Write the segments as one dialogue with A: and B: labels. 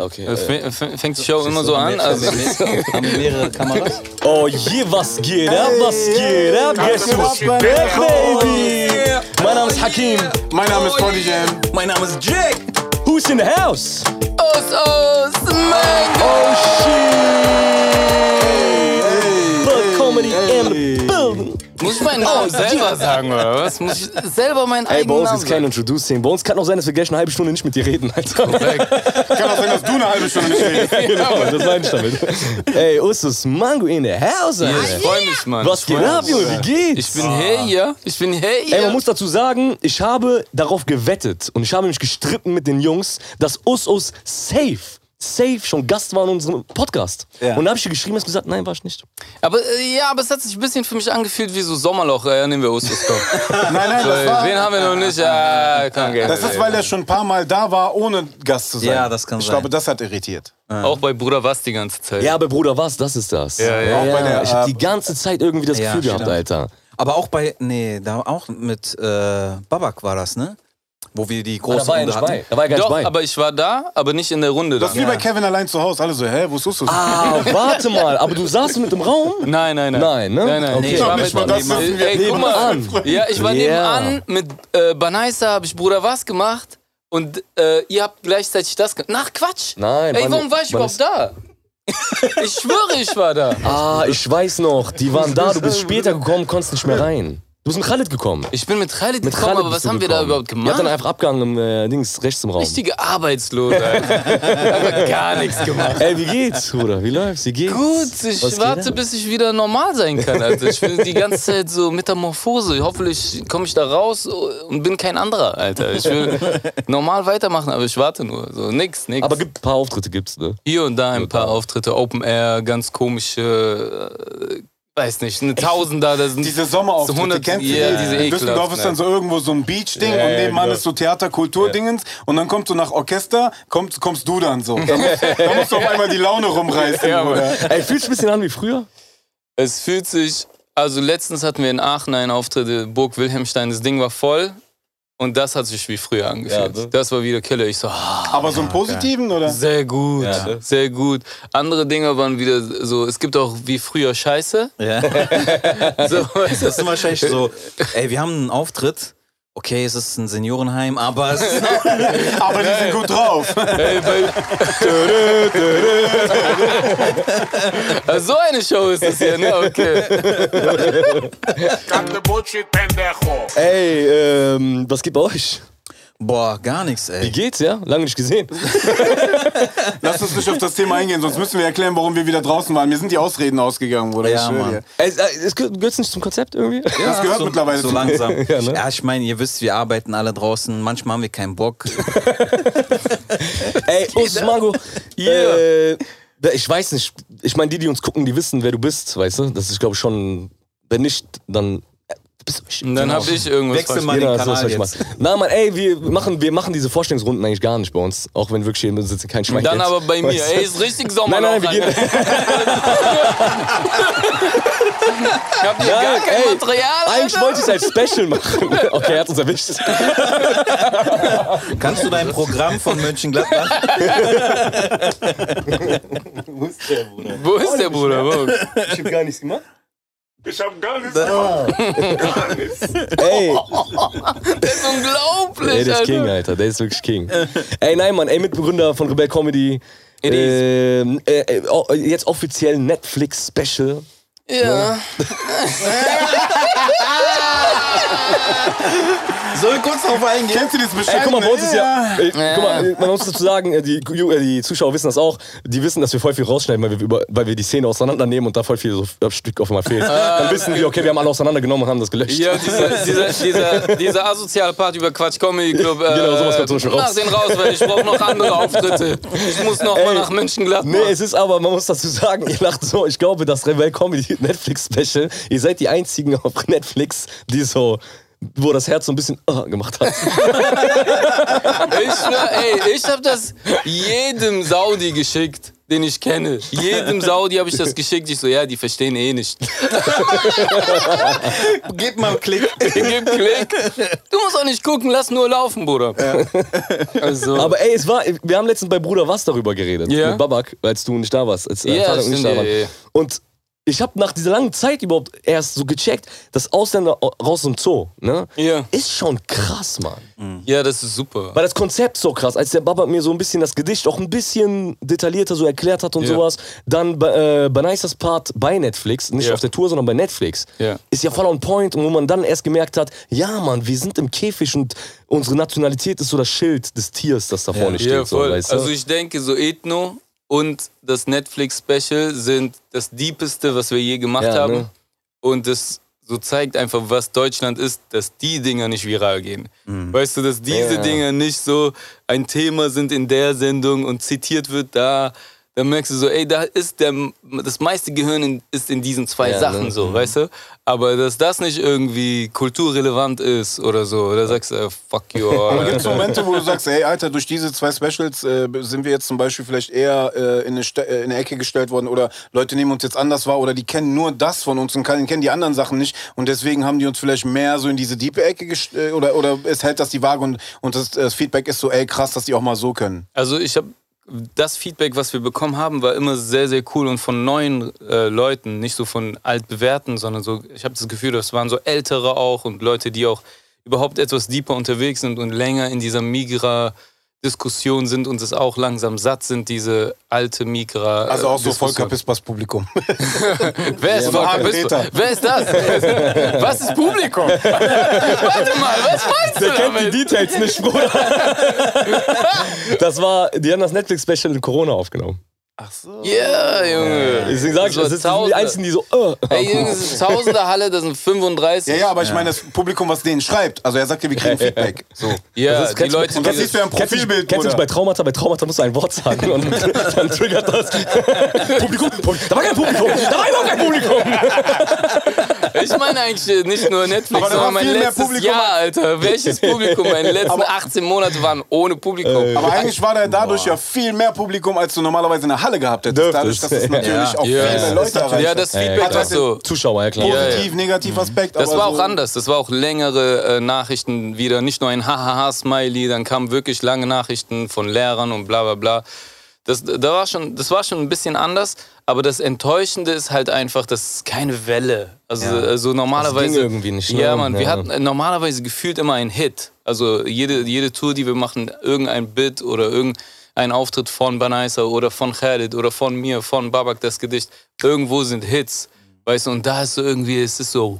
A: Okay.
B: Es
A: äh,
B: fäng- es fäng- fängt die Show immer so an. Also,
C: Haben wir mehrere Kameras?
A: oh je, was geht ab, was geht ab? Guess who's back, baby? Mein Name ist Hakim.
D: Mein Name ist Prodigy Jam.
C: Mein Name ist Jack.
A: Who's in the house?
B: aus, aus, Mango.
A: Oh shit! Blood Comedy
D: hey.
A: in the building.
B: Muss ich meinen Namen selber sagen, oder was? Muss ich selber meinen
A: Ey, bei
B: eigenen
A: uns
B: Namen
A: ist kein
B: sagen?
A: Introducing. Bei uns kann auch sein, dass wir gleich eine halbe Stunde nicht mit dir reden, Alter.
D: Kann auch sein, dass du eine halbe Stunde nicht redest.
A: genau, das meine ich damit. Ey, Ustus Mango in the house,
B: Ich
A: Alter.
B: freue mich, Mann.
A: Was
B: Ich
A: geht
B: freu mich.
A: ab, Junge? Wie geht's?
B: Ich bin hier, ich bin
A: Ey, man
B: hier.
A: muss dazu sagen, ich habe darauf gewettet und ich habe mich gestritten mit den Jungs, dass Us Us safe, safe schon Gast war in unserem Podcast.
C: Ja.
A: Und da habe ich ihr geschrieben und gesagt, nein, war ich nicht.
B: Aber äh, ja, aber es hat sich ein bisschen für mich angefühlt wie so Sommerloch. Ja, nehmen wir Ustus, komm.
D: Nein, nein,
B: So,
D: das
B: wen
D: war.
B: haben wir noch nicht? Ja, kann gerne.
D: Das ist, weil er schon ein paar Mal da war, ohne Gast zu sein.
C: Ja, das kann
D: ich
C: sein.
D: Ich glaube, das hat irritiert.
B: Auch bei Bruder Was die ganze Zeit.
A: Ja, aber Bruder, was? Das ist das.
B: Ja, ja.
D: Auch bei der,
A: ich habe
D: äh,
A: die ganze Zeit irgendwie das
C: Ja,
A: Gefühl gehabt,
C: stimmt.
A: Alter.
C: Aber auch bei, nee, da auch mit äh, Babak war das, ne? Wo wir die große Runde hatten.
A: Ah, Da war er gar nicht
B: Doch,
A: bei.
B: aber ich war da, aber nicht in der Runde.
D: Das ist
B: dann.
D: wie bei Kevin allein zu Hause. Alle so, hä, wo ist Usus?
A: ah, warte mal, aber du saßt mit im Raum?
B: Nein, nein, nein.
A: Nein, ne?
B: Nein, nein.
A: Okay.
B: Ich
A: Doch,
B: war
A: nicht
B: mit,
A: mal
D: das wissen wir.
B: ey, guck mal.
A: Nebenan.
B: Ja, ich war
A: Ja.
B: nebenan mit äh, Banaisa, habe ich Bruder was gemacht und äh, ihr habt gleichzeitig das gemacht. Nach Quatsch.
A: Nein,
B: Ey,
A: wann-
B: warum war ich
A: wann
B: überhaupt da? ich schwöre, ich war da.
A: Ah, ich weiß noch, die waren da, du bist später gekommen, konntest nicht mehr rein. Du bist mit Khalid gekommen.
B: Ich bin mit Khalid
A: Mit
B: gekommen,
A: Khalid
B: aber
A: bist
B: was
A: du
B: haben wir da
A: gekommen.
B: überhaupt
A: Ihr
B: gemacht?
A: habt dann einfach abgehangen im äh, Dings, rechts im Raum.
B: Richtige Arbeitslose. Alter. Einfach gar nichts gemacht.
A: Ey, wie geht's, Bruder? Wie läuft's? Wie geht's?
B: Gut, ich
A: Was geht
B: warte,
A: ab?
B: bis ich wieder normal sein kann. Also ich bin die ganze Zeit so Metamorphose. Hoffentlich komme ich da raus und bin kein anderer, Alter. Ich will normal weitermachen, aber ich warte nur. So nix, nix.
A: Aber gibt ein paar Auftritte gibt's, ne?
B: hier und da ein paar Auftritte, Open Air, ganz komische, äh, weiß nicht, eine Tausender, da sind
D: Diese Sommerauftritte,
B: so 100
D: kennst du
B: ja,
D: die?
B: diese
D: In Düsseldorf
B: ekelhaften,
D: ist dann so irgendwo so ein Beach-Ding und nebenan ist so Theater-Kultur-Dingens und dann kommst du nach Orchester, kommst, kommst du dann so. Da musst, da musst du auf einmal die Laune rumreißen.
B: Ja, Mann.
D: Bruder.
A: Ey, fühlt's ein bisschen an wie früher?
B: Es fühlt sich, also letztens hatten wir in Aachen einen Auftritt, Burg Wilhelmstein, das Ding war voll. Und das hat sich wie früher angefühlt.
A: Ja, ne?
B: Das war wieder Killer. Ich so, ah,
D: Aber so einen positiven, oder?
B: Sehr gut,
C: Ja.
B: sehr gut. Andere Dinge waren wieder so, es gibt auch wie früher Scheiße.
C: Ja.
B: So, weißt du?
C: Das ist wahrscheinlich so, ey, wir haben einen Auftritt. Okay, es ist ein Seniorenheim, aber es ist
D: Aber die sind gut drauf.
B: Ey, weil- Ah, so eine Show ist das hier, ne? Okay.
E: Cut the bullshit, pendejo.
A: Ey, ähm, was gibt bei euch?
C: boah, gar nichts,
A: Wie
C: ey.
A: geht's, ja? Lange nicht gesehen.
D: Lass uns nicht auf das Thema eingehen, sonst müssen wir erklären, warum wir wieder draußen waren. Mir sind die Ausreden ausgegangen, Bruder.
C: Ja,
D: ich schwöre
C: Mann.
D: dir.
A: Es, äh, es gehört- gehört's nicht zum Konzept irgendwie?
D: Das gehört
C: so,
D: mittlerweile
C: so
D: zu-
C: langsam.
A: Ja,
C: ja,
A: ne?
C: ich meine, ihr wisst, wir arbeiten alle draußen. Manchmal haben wir keinen Bock.
A: Ey, Us Mango. Äh, ich weiß nicht. Ich meine, die, die uns gucken, die wissen, wer du bist, weißt du? Das ist, glaube ich, schon. Wenn nicht, dann. äh, Bist du ich.
B: Und dann hab ich irgendwas
C: Wechsel
B: falsch
C: mal den
A: Jeder weiß, was
C: Kanal
A: ich
C: jetzt.
A: meine. Na, Mann, ey, wir machen, wir machen diese Vorstellungsrunden eigentlich gar nicht bei uns. Auch wenn wirklich hier sitzen kein Schwein.
B: gemacht. Dann
A: kennt.
B: aber bei mir,
A: Weißt du?
B: ey, ist richtig Sommer.
A: Nein, nein,
B: noch,
A: wir gehen-
B: Alter. Ich hab hier gar
A: Nein,
B: kein
A: ey,
B: Material.
A: Eigentlich wollte ich es als Special machen. Okay, er hat uns erwischt.
C: Kannst du dein Programm von Mönchengladbach?
B: Wo ist der Bruder? Wo?
A: Ich hab gar nichts gemacht.
E: Ich hab gar nichts gemacht. Gar nichts.
B: Oh.
A: Ey,
B: Das ist unglaublich,
A: ey, der ist
B: Alter.
A: King, Alter. Der ist wirklich King. Ey, nein, Mann, ey, Mitbegründer von Rebel Comedy. Ähm, äh, äh, oh, jetzt offiziell Netflix Special.
B: Ja.
C: Soll ich kurz drauf eingehen?
D: Kennst du dieses
A: Ey,
D: Bescheid?
A: guck mal, bei uns ist ja. Äh, guck mal, äh, man muss dazu sagen, äh, die, Ju- äh, die Zuschauer wissen das auch. Die wissen, dass wir voll viel rausschneiden, weil wir, über, weil wir die Szene auseinandernehmen und da voll viel so ein Stück auf einmal fehlt. Dann wissen die, okay, wir haben alle auseinandergenommen und haben das gelöscht.
B: Ja, dieser, dieser, dieser, dieser asoziale Part über Quatsch Comedy Club. Äh,
A: Genau, sowas kommt zum Beispiel raus.
B: Mach den raus, weil ich brauche noch andere Auftritte. Ich muss noch mal
A: Ey,
B: nach Mönchengladbach.
A: Nee, es ist aber, man muss dazu sagen, ihr lacht so, ich glaube, das Rebel Comedy Netflix Special, ihr seid die einzigen auf Netflix, die so, wo das Herz so ein bisschen ah, gemacht hat.
B: Ich, schwör, ey, ich hab das jedem Saudi geschickt. den ich kenne. Jedem Saudi habe ich das geschickt. Ich so, ja, die verstehen eh nicht.
C: Gib mal einen Klick.
B: Gib Klick. Du musst auch nicht gucken, lass nur laufen, Bruder. Also,
A: Aber ey, es war, wir haben letztens bei Bruder Was darüber geredet.
B: Ja.
A: Mit Babak, als du nicht da warst. Als äh,
B: Ja,
A: Tarek und ich
B: stimmt,
A: da
B: ja,
A: waren.
B: ja, ja.
A: Und ich habe nach dieser langen Zeit überhaupt erst so gecheckt, dass Ausländer au- raus im Zoo, ne?
B: Ja.
A: Ist schon krass, Mann.
B: ja, das ist super.
A: Weil das Konzept so krass, als der Babak mir so ein bisschen das Gedicht auch ein bisschen detaillierter so erklärt hat und
B: Ja.
A: sowas, dann bei, äh, bei Nices Part bei Netflix, nicht
B: Ja.
A: auf der Tour, sondern bei Netflix,
B: Ja.
A: ist ja voll on point und wo man dann erst gemerkt hat, ja Mann, wir sind im Käfig und unsere Nationalität ist so das Schild des Tiers, das da vorne steht.
B: Ja, voll.
A: So, weißt du?
B: also ich denke, so Ethno und das Netflix-Special sind das Deepeste, was wir je gemacht
A: Ja,
B: haben.
A: ne?
B: Und das so zeigt einfach, was Deutschland ist, dass die Dinger nicht viral gehen. Weißt du, dass diese
A: Mhm. Ja.
B: Dinger nicht so ein Thema sind in der Sendung und zitiert wird da. Dann merkst du so, ey, da ist der, das meiste Gehirn in, ist in diesen zwei
A: Ja,
B: Sachen
A: ne?
B: so, weißt du? Aber dass das nicht irgendwie kulturrelevant ist oder so, da sagst du, äh, fuck you.
D: Aber gibt es
B: Alter.
D: Momente, wo du sagst, hey Alter, durch diese zwei Specials äh, sind wir jetzt zum Beispiel vielleicht eher äh, in, eine Ste- äh, in eine Ecke gestellt worden oder Leute nehmen uns jetzt anders wahr oder die kennen nur das von uns und kann, kennen die anderen Sachen nicht und deswegen haben die uns vielleicht mehr so in diese diepe Ecke gest- äh, oder, oder es hält das die Waage und, und das, äh, das Feedback ist so, ey krass, dass die auch mal so können.
B: Also ich habe das Feedback, was wir bekommen haben, war immer sehr, sehr cool und von neuen äh, Leuten, nicht so von altbewährten, sondern so, ich habe das Gefühl, das waren so ältere auch und Leute, die auch überhaupt etwas deeper unterwegs sind und länger in dieser Migra-Diskussion sind und es auch langsam satt sind, diese alte Migra. äh,
D: Also auch so
B: Diskussion.
D: Volker Pispers Publikum.
B: Wer ist
D: so
B: Volker
D: Harald
B: Pispers?
D: Peter.
B: Wer ist das? Was ist Publikum? Warte mal, was meinst
A: Der
B: du
A: kennt die
B: damit?
A: Details nicht, Bruder. Das war, die haben das Netflix-Special in Corona aufgenommen.
B: Ja, Junge.
A: Deswegen sage ich,
B: So
A: das sind die
B: Tausende.
A: Einzigen, die so. Äh.
B: Ey, Junge, das ist Tausender Halle, das sind 35.
D: Ja, ja, aber ich meine das Publikum, was denen schreibt. Also er sagt ja, wir kriegen Feedback. So.
B: Ja,
A: Das ist-
B: die
A: kennst du-
B: Leute,
D: Und das
B: die
D: siehst du ja im
A: Kennst du
D: Profilbild,
A: kennst du nicht bei
D: Bruder.
A: Traumata? Bei Traumata musst du ein Wort sagen und dann triggert das. Publikum, Publikum. Da war kein Publikum. Da war überhaupt kein Publikum.
B: ich meine eigentlich nicht nur Netflix,
D: Aber da war
B: sondern mein
D: viel mehr
B: letztes
D: Publikum
B: Jahr, Alter. Welches Publikum? Meine letzten
D: Aber-
B: 18 Monate waren ohne Publikum.
D: Aber eigentlich war da dadurch ja viel mehr Publikum, als du normalerweise in der Halle gehabt
A: Dürftest.
D: hättest. Dadurch, dass es natürlich
B: Ja.
D: auch
B: Ja.
D: viele
B: Das ist
D: Leute erreicht
B: ja,
D: hat.
B: das Feedback
D: Hat
B: war
D: halt den
B: so.
A: Zuschauer, ja klar.
B: Ja, ja.
D: Positiv, negativ Aspekt.
B: Das
D: aber
B: war
D: so,
B: auch anders. Das war auch längere äh, Nachrichten wieder. Nicht nur ein Hahaha-Smiley, dann kamen wirklich lange Nachrichten von Lehrern und bla bla bla. Das, da war schon, das war schon ein bisschen anders, aber das Enttäuschende ist halt einfach, das ist keine Welle. Also, also normalerweise.
A: Das ging irgendwie nicht, ne?
B: Ja, Mann, wir
A: Ja.
B: hatten äh, normalerweise gefühlt immer einen Hit. Also jede, jede Tour, die wir machen, irgendein Bit oder irgendein Auftritt von Banaisa oder von Khalid oder von mir, von Babak das Gedicht. Irgendwo sind Hits. Weißt du, und da ist so irgendwie, es ist so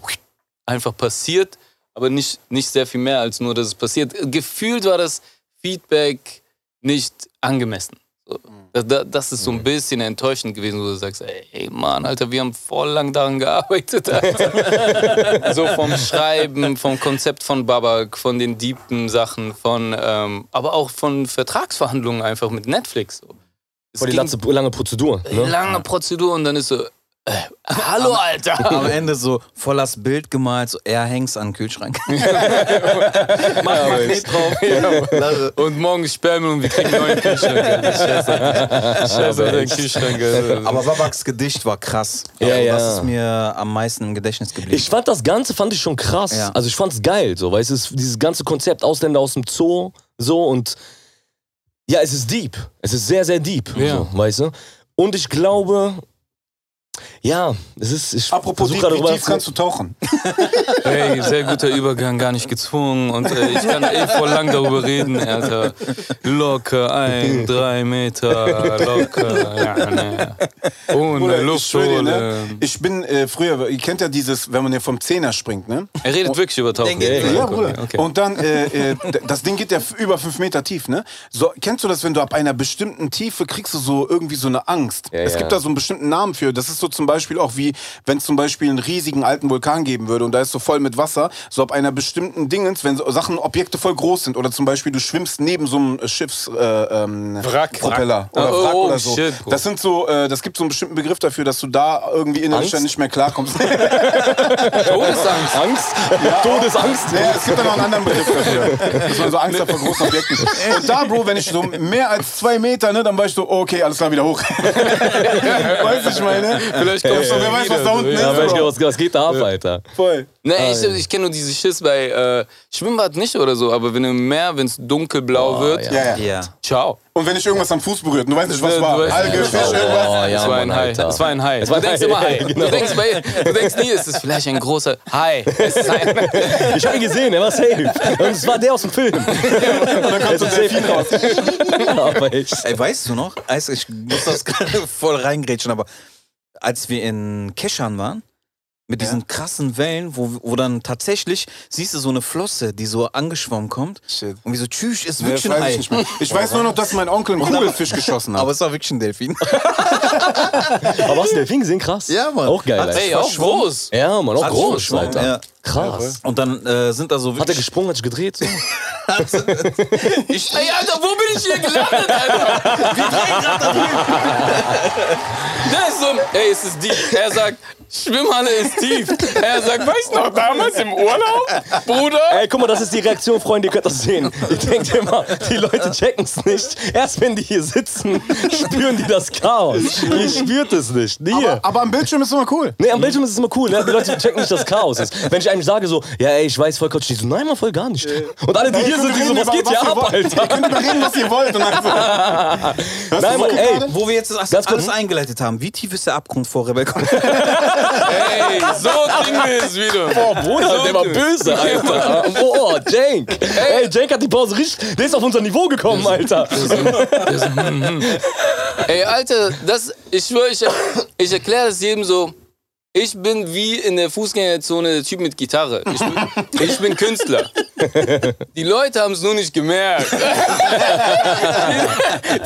B: einfach passiert, aber nicht, nicht sehr viel mehr als nur, dass es passiert. Gefühlt war das Feedback nicht angemessen.
A: Mhm.
B: So, da- da- Das ist so ein bisschen enttäuschend gewesen, wo du sagst, ey, ey Mann, Alter, wir haben voll lang daran gearbeitet. Alter. so vom Schreiben, vom Konzept von Babak, von den deepen Sachen, von, ähm, aber auch von Vertragsverhandlungen einfach mit Netflix. So. Es
A: Vor die
B: ging
A: lange, lange Prozedur. Ne?
B: lange Prozedur und dann ist so, äh, hallo Alter.
C: Am Ende so voll das Bild gemalt, so er hängt's an den Kühlschrank.
B: Und morgen Sperrmüll und wir kriegen einen neuen Kühlschrank. Alter. Scheiße. Scheiße, der Kühlschrank. äh. Alter.
C: Aber Babaks Gedicht war krass.
A: Ja,
C: also,
A: ja.
C: Das ist mir am meisten im Gedächtnis geblieben.
A: Ich fand das Ganze fand ich schon krass.
C: Ja.
A: Also ich fand's geil, so weißt du, es- dieses ganze Konzept Ausländer aus dem Zoo, so und ja, es ist deep. Es ist sehr, sehr deep,
B: Ja.
A: so, weißt du. Und ich glaube, ja, es ist. Ich
D: Apropos,
A: versuch
D: tief,
A: gerade
D: wie
A: rüber-
D: tief kannst du tauchen?
B: Hey, sehr guter Übergang, gar nicht gezwungen. Und äh, ich kann eh voll lang darüber reden, Alter. Locker, ein, drei Meter, locker. Ja, ne. Ohne
D: Bruder, ich schwöre dir,
B: Luftschule.
D: ne? Ich bin äh, früher, ihr kennt ja dieses, wenn man hier vom Zehner springt, ne?
B: Er redet wirklich über Tauchen.
C: Denke ich.
D: Ja, Bruder.
B: Okay.
D: Und dann, äh, äh, d- das Ding geht ja f- über fünf Meter tief, ne? So, kennst du das, wenn du ab einer bestimmten Tiefe kriegst du so irgendwie so eine Angst? es
A: ja.
D: gibt da so einen bestimmten Namen für. Das ist so zum Beispiel auch wie, wenn es zum Beispiel einen riesigen alten Vulkan geben würde und da ist so voll mit Wasser, so ab einer bestimmten Dingens, wenn so Sachen, Objekte voll groß sind oder zum Beispiel du schwimmst neben so einem Schiffs... Äh, ähm,
B: Wrack.
D: Propeller oder
B: Oh,
D: Wrack
B: oh,
D: oder so.
B: shit, Bro.
D: das sind so, äh, das gibt so einen bestimmten Begriff dafür, dass du da irgendwie innerlich
A: Angst?
D: dann nicht mehr klarkommst.
B: Todesangst.
A: Angst? Todesangst?
D: Ja, es gibt da noch einen anderen Begriff dafür. Dass man so Angst hat vor großen Objekten. Und da, Bro, wenn ich so mehr als zwei Meter, ne, dann war ich so, okay, alles klar, wieder hoch. weißt du, ich meine?
B: Vielleicht kommst du
D: Wer
B: wieder,
D: weiß, was da unten
B: so,
D: ist.
B: ja.
A: Ja, aber ich glaub, was, was geht da ab, Alter?
D: Voll.
B: Nee, ich, ich kenne nur diese Schiss bei äh, Schwimmbad nicht oder so, aber wenn im Meer, wenn es dunkelblau wird,
D: Ja, ja.
C: Ja.
B: ciao. Äh,
D: Und wenn ich irgendwas am Fuß berührt, und du weißt nicht, was
B: Du
D: war.
B: weißt-
D: Alge, Fisch,
B: Oh,
D: irgendwas.
B: es war ein Hai. Es war ein Hai. Du
A: war
B: denkst
A: ein
B: immer Hai.
A: Hai, genau.
B: Du, denkst bei, du denkst nie, es ist vielleicht ein großer Hai. Es ist ein
A: Ich hab ihn gesehen, er war safe. Und es war der aus dem Film.
D: Und dann kommt so ein Delfin raus.
A: Aber echt.
C: Ey, weißt du noch, als ich muss das gerade voll reingrätschen, aber als wir in Keschan waren, mit diesen krassen Wellen, wo, wo dann tatsächlich siehst du so eine Flosse, die so angeschwommen kommt
D: Shit.
C: und wie so tschüss ist
D: Nee, das
C: wirklich ein
D: weiß
C: Hai.
D: ich nicht mehr. Ich weiß nur noch, dass mein Onkel einen Kugelfisch geschossen hat.
C: Aber es war wirklich ein Delfin.
A: Aber hast du den Delfin gesehen? Krass.
C: Ja, Mann.
A: Auch geil,
C: Hat-
A: Alter.
B: Hey, auch groß.
A: Ja, Mann, auch
C: Hat
A: groß,
C: geschwommen,
A: Alter.
C: ja.
A: Krass.
C: Und dann äh, sind da so
A: Hat er
C: wirklich.
A: gesprungen, hat sich gedreht? So?
C: Ich,
B: Ey, Alter, wo bin ich hier gelandet, Alter? Wir drehen gerade da drüben. Der ist so, ey, es ist tief. Er sagt, Schwimmhalle ist tief. Er sagt, weißt du noch damals im Urlaub, Bruder?
A: Ey, guck mal, das ist die Reaktion, Freunde, ihr könnt das sehen. Ihr denkt immer, die Leute checken es nicht. Erst wenn die hier sitzen, spüren die das Chaos. Ihr spürt es nicht. Ihr.
D: Aber, aber am Bildschirm ist immer cool.
A: Nee, am Bildschirm ist es immer cool, ne? Die Leute checken nicht, dass Chaos ist. Wenn ich einem sage so, ja ey, ich weiß voll Coach, die so, nein, man voll gar nicht. Und alle, die
D: Ey,
A: hier
D: wir
A: sind, die so,
D: reden
A: was
D: über-
A: geht hier
D: ihr
A: ab,
D: wollt. Ihr
A: Alter?
D: könnt über reden, was ihr wollt. Und dann so. Hörst
A: Nein,
D: du
A: Mann,
D: so
A: ey,
D: gerade?
C: wo wir jetzt das
A: Ganz kurz.
C: alles eingeleitet haben, wie tief ist der Abgrund vor Rebecca?
B: Ey, so kriegen wir es wieder.
A: Oh, Bruder, der war böse, Alter. Oh, Jake. Ey, Jake hat die Pause richtig. Der ist auf unser Niveau gekommen, Alter.
B: Ey, Alter, das, ich schwöre, ich, ich erkläre das jedem so. Ich bin wie in der Fußgängerzone der Typ mit Gitarre. Ich bin, ich bin Künstler. Die Leute haben es nur nicht gemerkt. Die,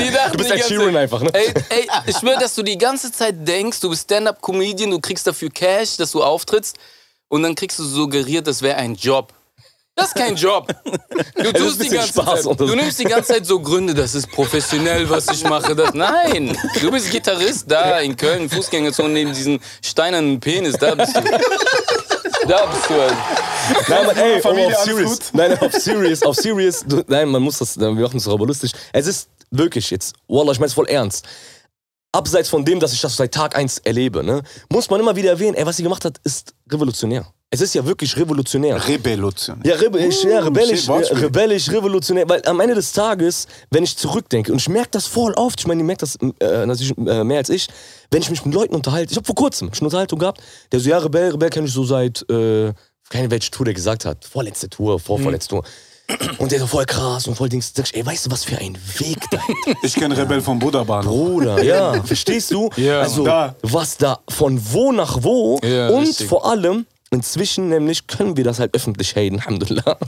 B: die dachten
A: Du bist
B: die
A: Ed
B: ganze-
A: Sheeran einfach, ne?
B: Ey, ey, ich schwöre, dass du die ganze Zeit denkst, du bist Stand-Up-Comedian, du kriegst dafür Cash, dass du auftrittst und dann kriegst du suggeriert, das wäre ein Job. Das ist kein Job. Du
A: ist
B: tust
A: ein
B: die
A: bisschen
B: ganze
A: Spaß
B: Zeit.
A: und das-
B: Du nimmst die ganze Zeit so Gründe, das ist professionell, was ich mache. Das, nein, du bist Gitarrist da in Köln, Fußgängerzone neben diesen steinernen Penis. Da bist du. Da bist du. halt.
A: Nein, Mann, ey,
D: Familie,
A: aber auf
D: alles
A: Serious.
D: gut?
A: Nein, auf Serious, auf Serious. Du, nein, man muss das, wir machen es doch aber lustig. Es ist wirklich jetzt, Wallah, ich meine es voll ernst. Abseits von dem, dass ich das seit Tag 1 erlebe, ne, muss man immer wieder erwähnen, ey, was sie gemacht hat, ist revolutionär. Es ist ja wirklich revolutionär.
D: Revolution.
A: Ja, rebe ich, ja rebellisch,
D: shit,
A: ja,
D: Wortspiel.
A: rebellisch, revolutionär. Weil am Ende des Tages, wenn ich zurückdenke, und ich merke das voll oft, ich meine, ihr merkt das äh, natürlich äh, mehr als ich, wenn ich mich mit Leuten unterhalte, ich habe vor kurzem schon eine Unterhaltung gehabt, der so, ja, Rebell, Rebell kenne ich so seit, äh, keine welche Tour der gesagt hat, vorletzte Tour, vorvorletzte Tour. Und der so voll krass und voll Dings. Sag ich, ey, weißt du, was für ein Weg da
D: Ich kenne Rebell vom Buddha-Bahn.
A: Bruder, ja, verstehst du?
B: Ja,
A: also,
D: Mann.
A: was da von wo nach wo
B: Ja,
A: und
B: richtig.
A: vor allem, inzwischen nämlich können wir das halt öffentlich haten, Alhamdulillah.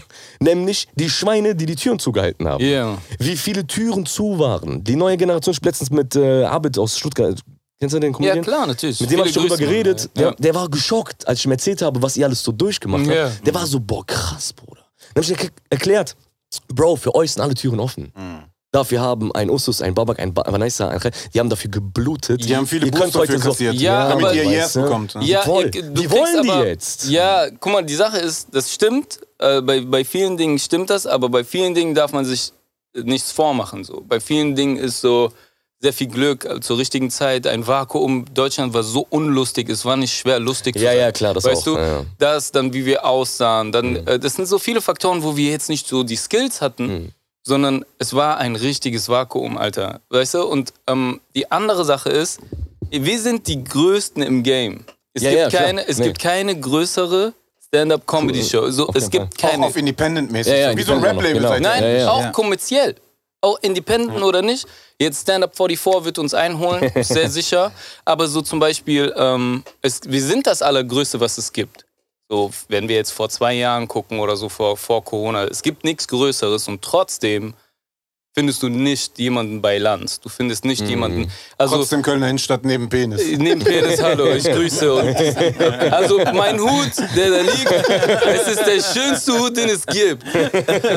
A: Nämlich die Schweine, die die Türen zugehalten haben.
B: Ja.
A: Wie viele Türen zu waren. Die neue Generation, ich hab letztens mit äh, Abid aus Stuttgart, kennst du den
B: Ja,
A: Comedian?
B: klar, natürlich.
A: Mit dem habe ich
B: Viele
A: darüber
B: Grüße,
A: geredet.
B: Mann,
A: Der,
B: Ja.
A: der war geschockt, als ich ihm erzählt habe, was ihr alles so durchgemacht
B: Ja.
A: habt. Der war so, boah, krass, Bruder. Dann habe ich erk- erklärt, Bro, für euch sind alle Türen offen.
D: Mhm.
A: Dafür haben ein Usus, ein Babak, ein Vanessa, ein Khe- die haben dafür geblutet.
D: Die haben viele
A: Ihr könnt
D: Booster dafür kassiert,
B: Ja,
D: damit
B: aber-
D: ihr Yes
A: weißt du?
D: bekommt. ne?
B: Ja,
A: Voll.
B: äh, du
A: Die
B: kriegst
A: wollen die
B: aber,
A: jetzt.
B: Ja, guck mal, die Sache ist, das stimmt. Äh, bei, bei vielen Dingen stimmt das, aber bei vielen Dingen darf man sich äh, nichts vormachen. So. Bei vielen Dingen ist so sehr viel Glück äh, zur richtigen Zeit, ein Vakuum. Deutschland war so unlustig, es war nicht schwer lustig
A: Ja,
B: zu sein.
A: ja, klar, das
B: weißt
A: auch,
B: Du,
A: ja, Mhm. ja.
B: Das, dann wie wir aussahen. Dann, äh, das sind so viele Faktoren, wo wir jetzt nicht so die Skills hatten.
A: Mhm.
B: Sondern es war ein richtiges Vakuum, Alter. Weißt du? Und ähm, die andere Sache ist, wir sind die Größten im Game. Es,
A: Ja,
B: gibt,
A: ja, klar.
B: keine, es
A: Nee.
B: gibt keine größere Stand-up-Comedy-Show. So, es gibt
D: Auch
B: keine.
D: auf Independent-mäßig.
A: Ja, ja,
D: Wie so ein
A: Independent
D: Rap-Label
A: auch noch,
B: Nein,
D: seid ihr.
A: Ja, ja.
B: auch
C: Ja.
B: kommerziell. Auch independent oder nicht. Jetzt Stand-Up 44 wird uns einholen, sehr sicher. Aber so zum Beispiel, ähm, es, wir sind das Allergrößte, was es gibt. So, wenn wir jetzt vor zwei Jahren gucken oder so vor, vor Corona, es gibt nichts Größeres und trotzdem findest du nicht jemanden bei Lanz. Du findest
A: Mhm.
B: nicht jemanden. Also
D: Trotzdem Kölner Innenstadt neben Penis.
B: Nehmt Penis, hallo, ich grüße. Und, also mein Hut, der da liegt, es ist der schönste Hut, den es gibt.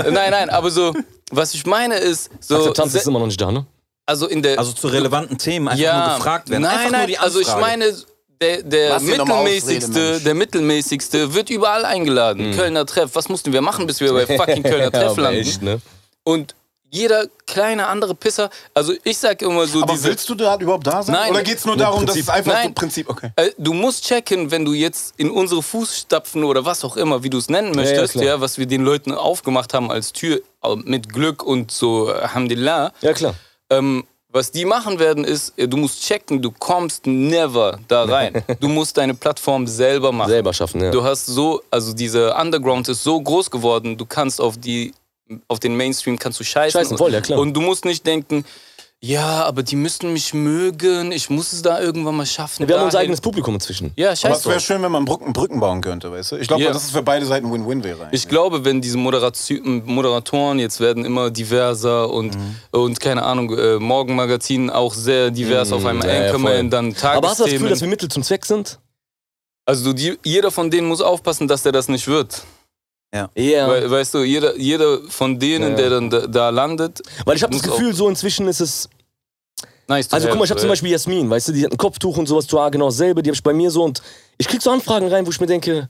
B: Nein, nein, aber so, was ich meine ist, so,
A: Akzeptanz ist immer noch nicht da, ne?
B: also in der,
C: Also zu relevanten Themen einfach
B: ja,
C: nur gefragt werden.
B: nein,
C: einfach
B: nein,
C: nur die
B: also ich
C: Anfrage.
B: meine, der, der
F: Lass ihn doch mal ausreden,
B: mittelmäßigste,
F: Mensch.
B: der mittelmäßigste wird überall eingeladen.
C: Hm.
B: Kölner Treff, was mussten wir machen, bis wir bei fucking Kölner Treff
A: aber
B: landen?
A: echt, ne?
B: Und jeder kleine andere Pisser, also ich sag immer so
D: Aber
B: diese
D: willst du da überhaupt da sein?
B: Nein.
D: Oder geht es nur darum, dass es einfach
B: Nein.
D: so Prinzip. Okay.
B: Äh, Du musst checken, wenn du jetzt in unsere Fußstapfen oder was auch immer, wie du es nennen möchtest, ja,
A: klar.
B: was wir den Leuten aufgemacht haben als Tür, äh, mit Glück und so, Alhamdulillah.
A: Ja, klar.
B: Ähm, was die machen werden, ist, äh, du musst checken, du kommst never da rein. Du musst deine Plattform selber machen.
A: Selber schaffen, ja.
B: Ah. Du hast so, also diese Underground ist so groß geworden, du kannst auf die, auf den Mainstream kannst du scheißen.
A: Scheißen, voll, ja klar.
B: Und du musst nicht denken, ja, aber die müssen mich mögen, ich muss es da irgendwann mal schaffen.
A: wir haben unser
B: dahin.
A: eigenes Publikum inzwischen.
B: Ja,
D: Aber
B: scheiß
D: es wäre
B: drauf.
D: schön, wenn man Brücken, Brücken bauen könnte, weißt du? Ich glaube,
B: Ja.
D: dass es für beide Seiten Win-Win wäre.
B: Ich glaube, wenn diese Moderatio- Moderatoren jetzt werden immer diverser und,
A: Mhm.
B: und keine Ahnung, äh, Morgenmagazin auch sehr divers auf einem
A: Mhm. ja, ja,
B: Anchorman,
A: voll.
B: dann Tagesthemen.
A: Aber hast du das Gefühl, dass wir Mittel zum Zweck sind?
B: also die, jeder von denen muss aufpassen, dass der das nicht wird.
A: Ja. Weil,
B: We weißt du, jeder, jeder von denen,
A: Ja.
B: der dann da, da landet,
A: ich habe das
B: Muss auch-
A: Gefühl, so inzwischen ist es.
B: nice to
A: Also
B: have,
A: guck mal, ich habe
B: äh,
A: zum Beispiel Jasmin, weißt du, die hat ein Kopftuch und sowas, du genau dasselbe, die habe ich bei mir so und ich krieg so Anfragen rein, wo ich mir denke,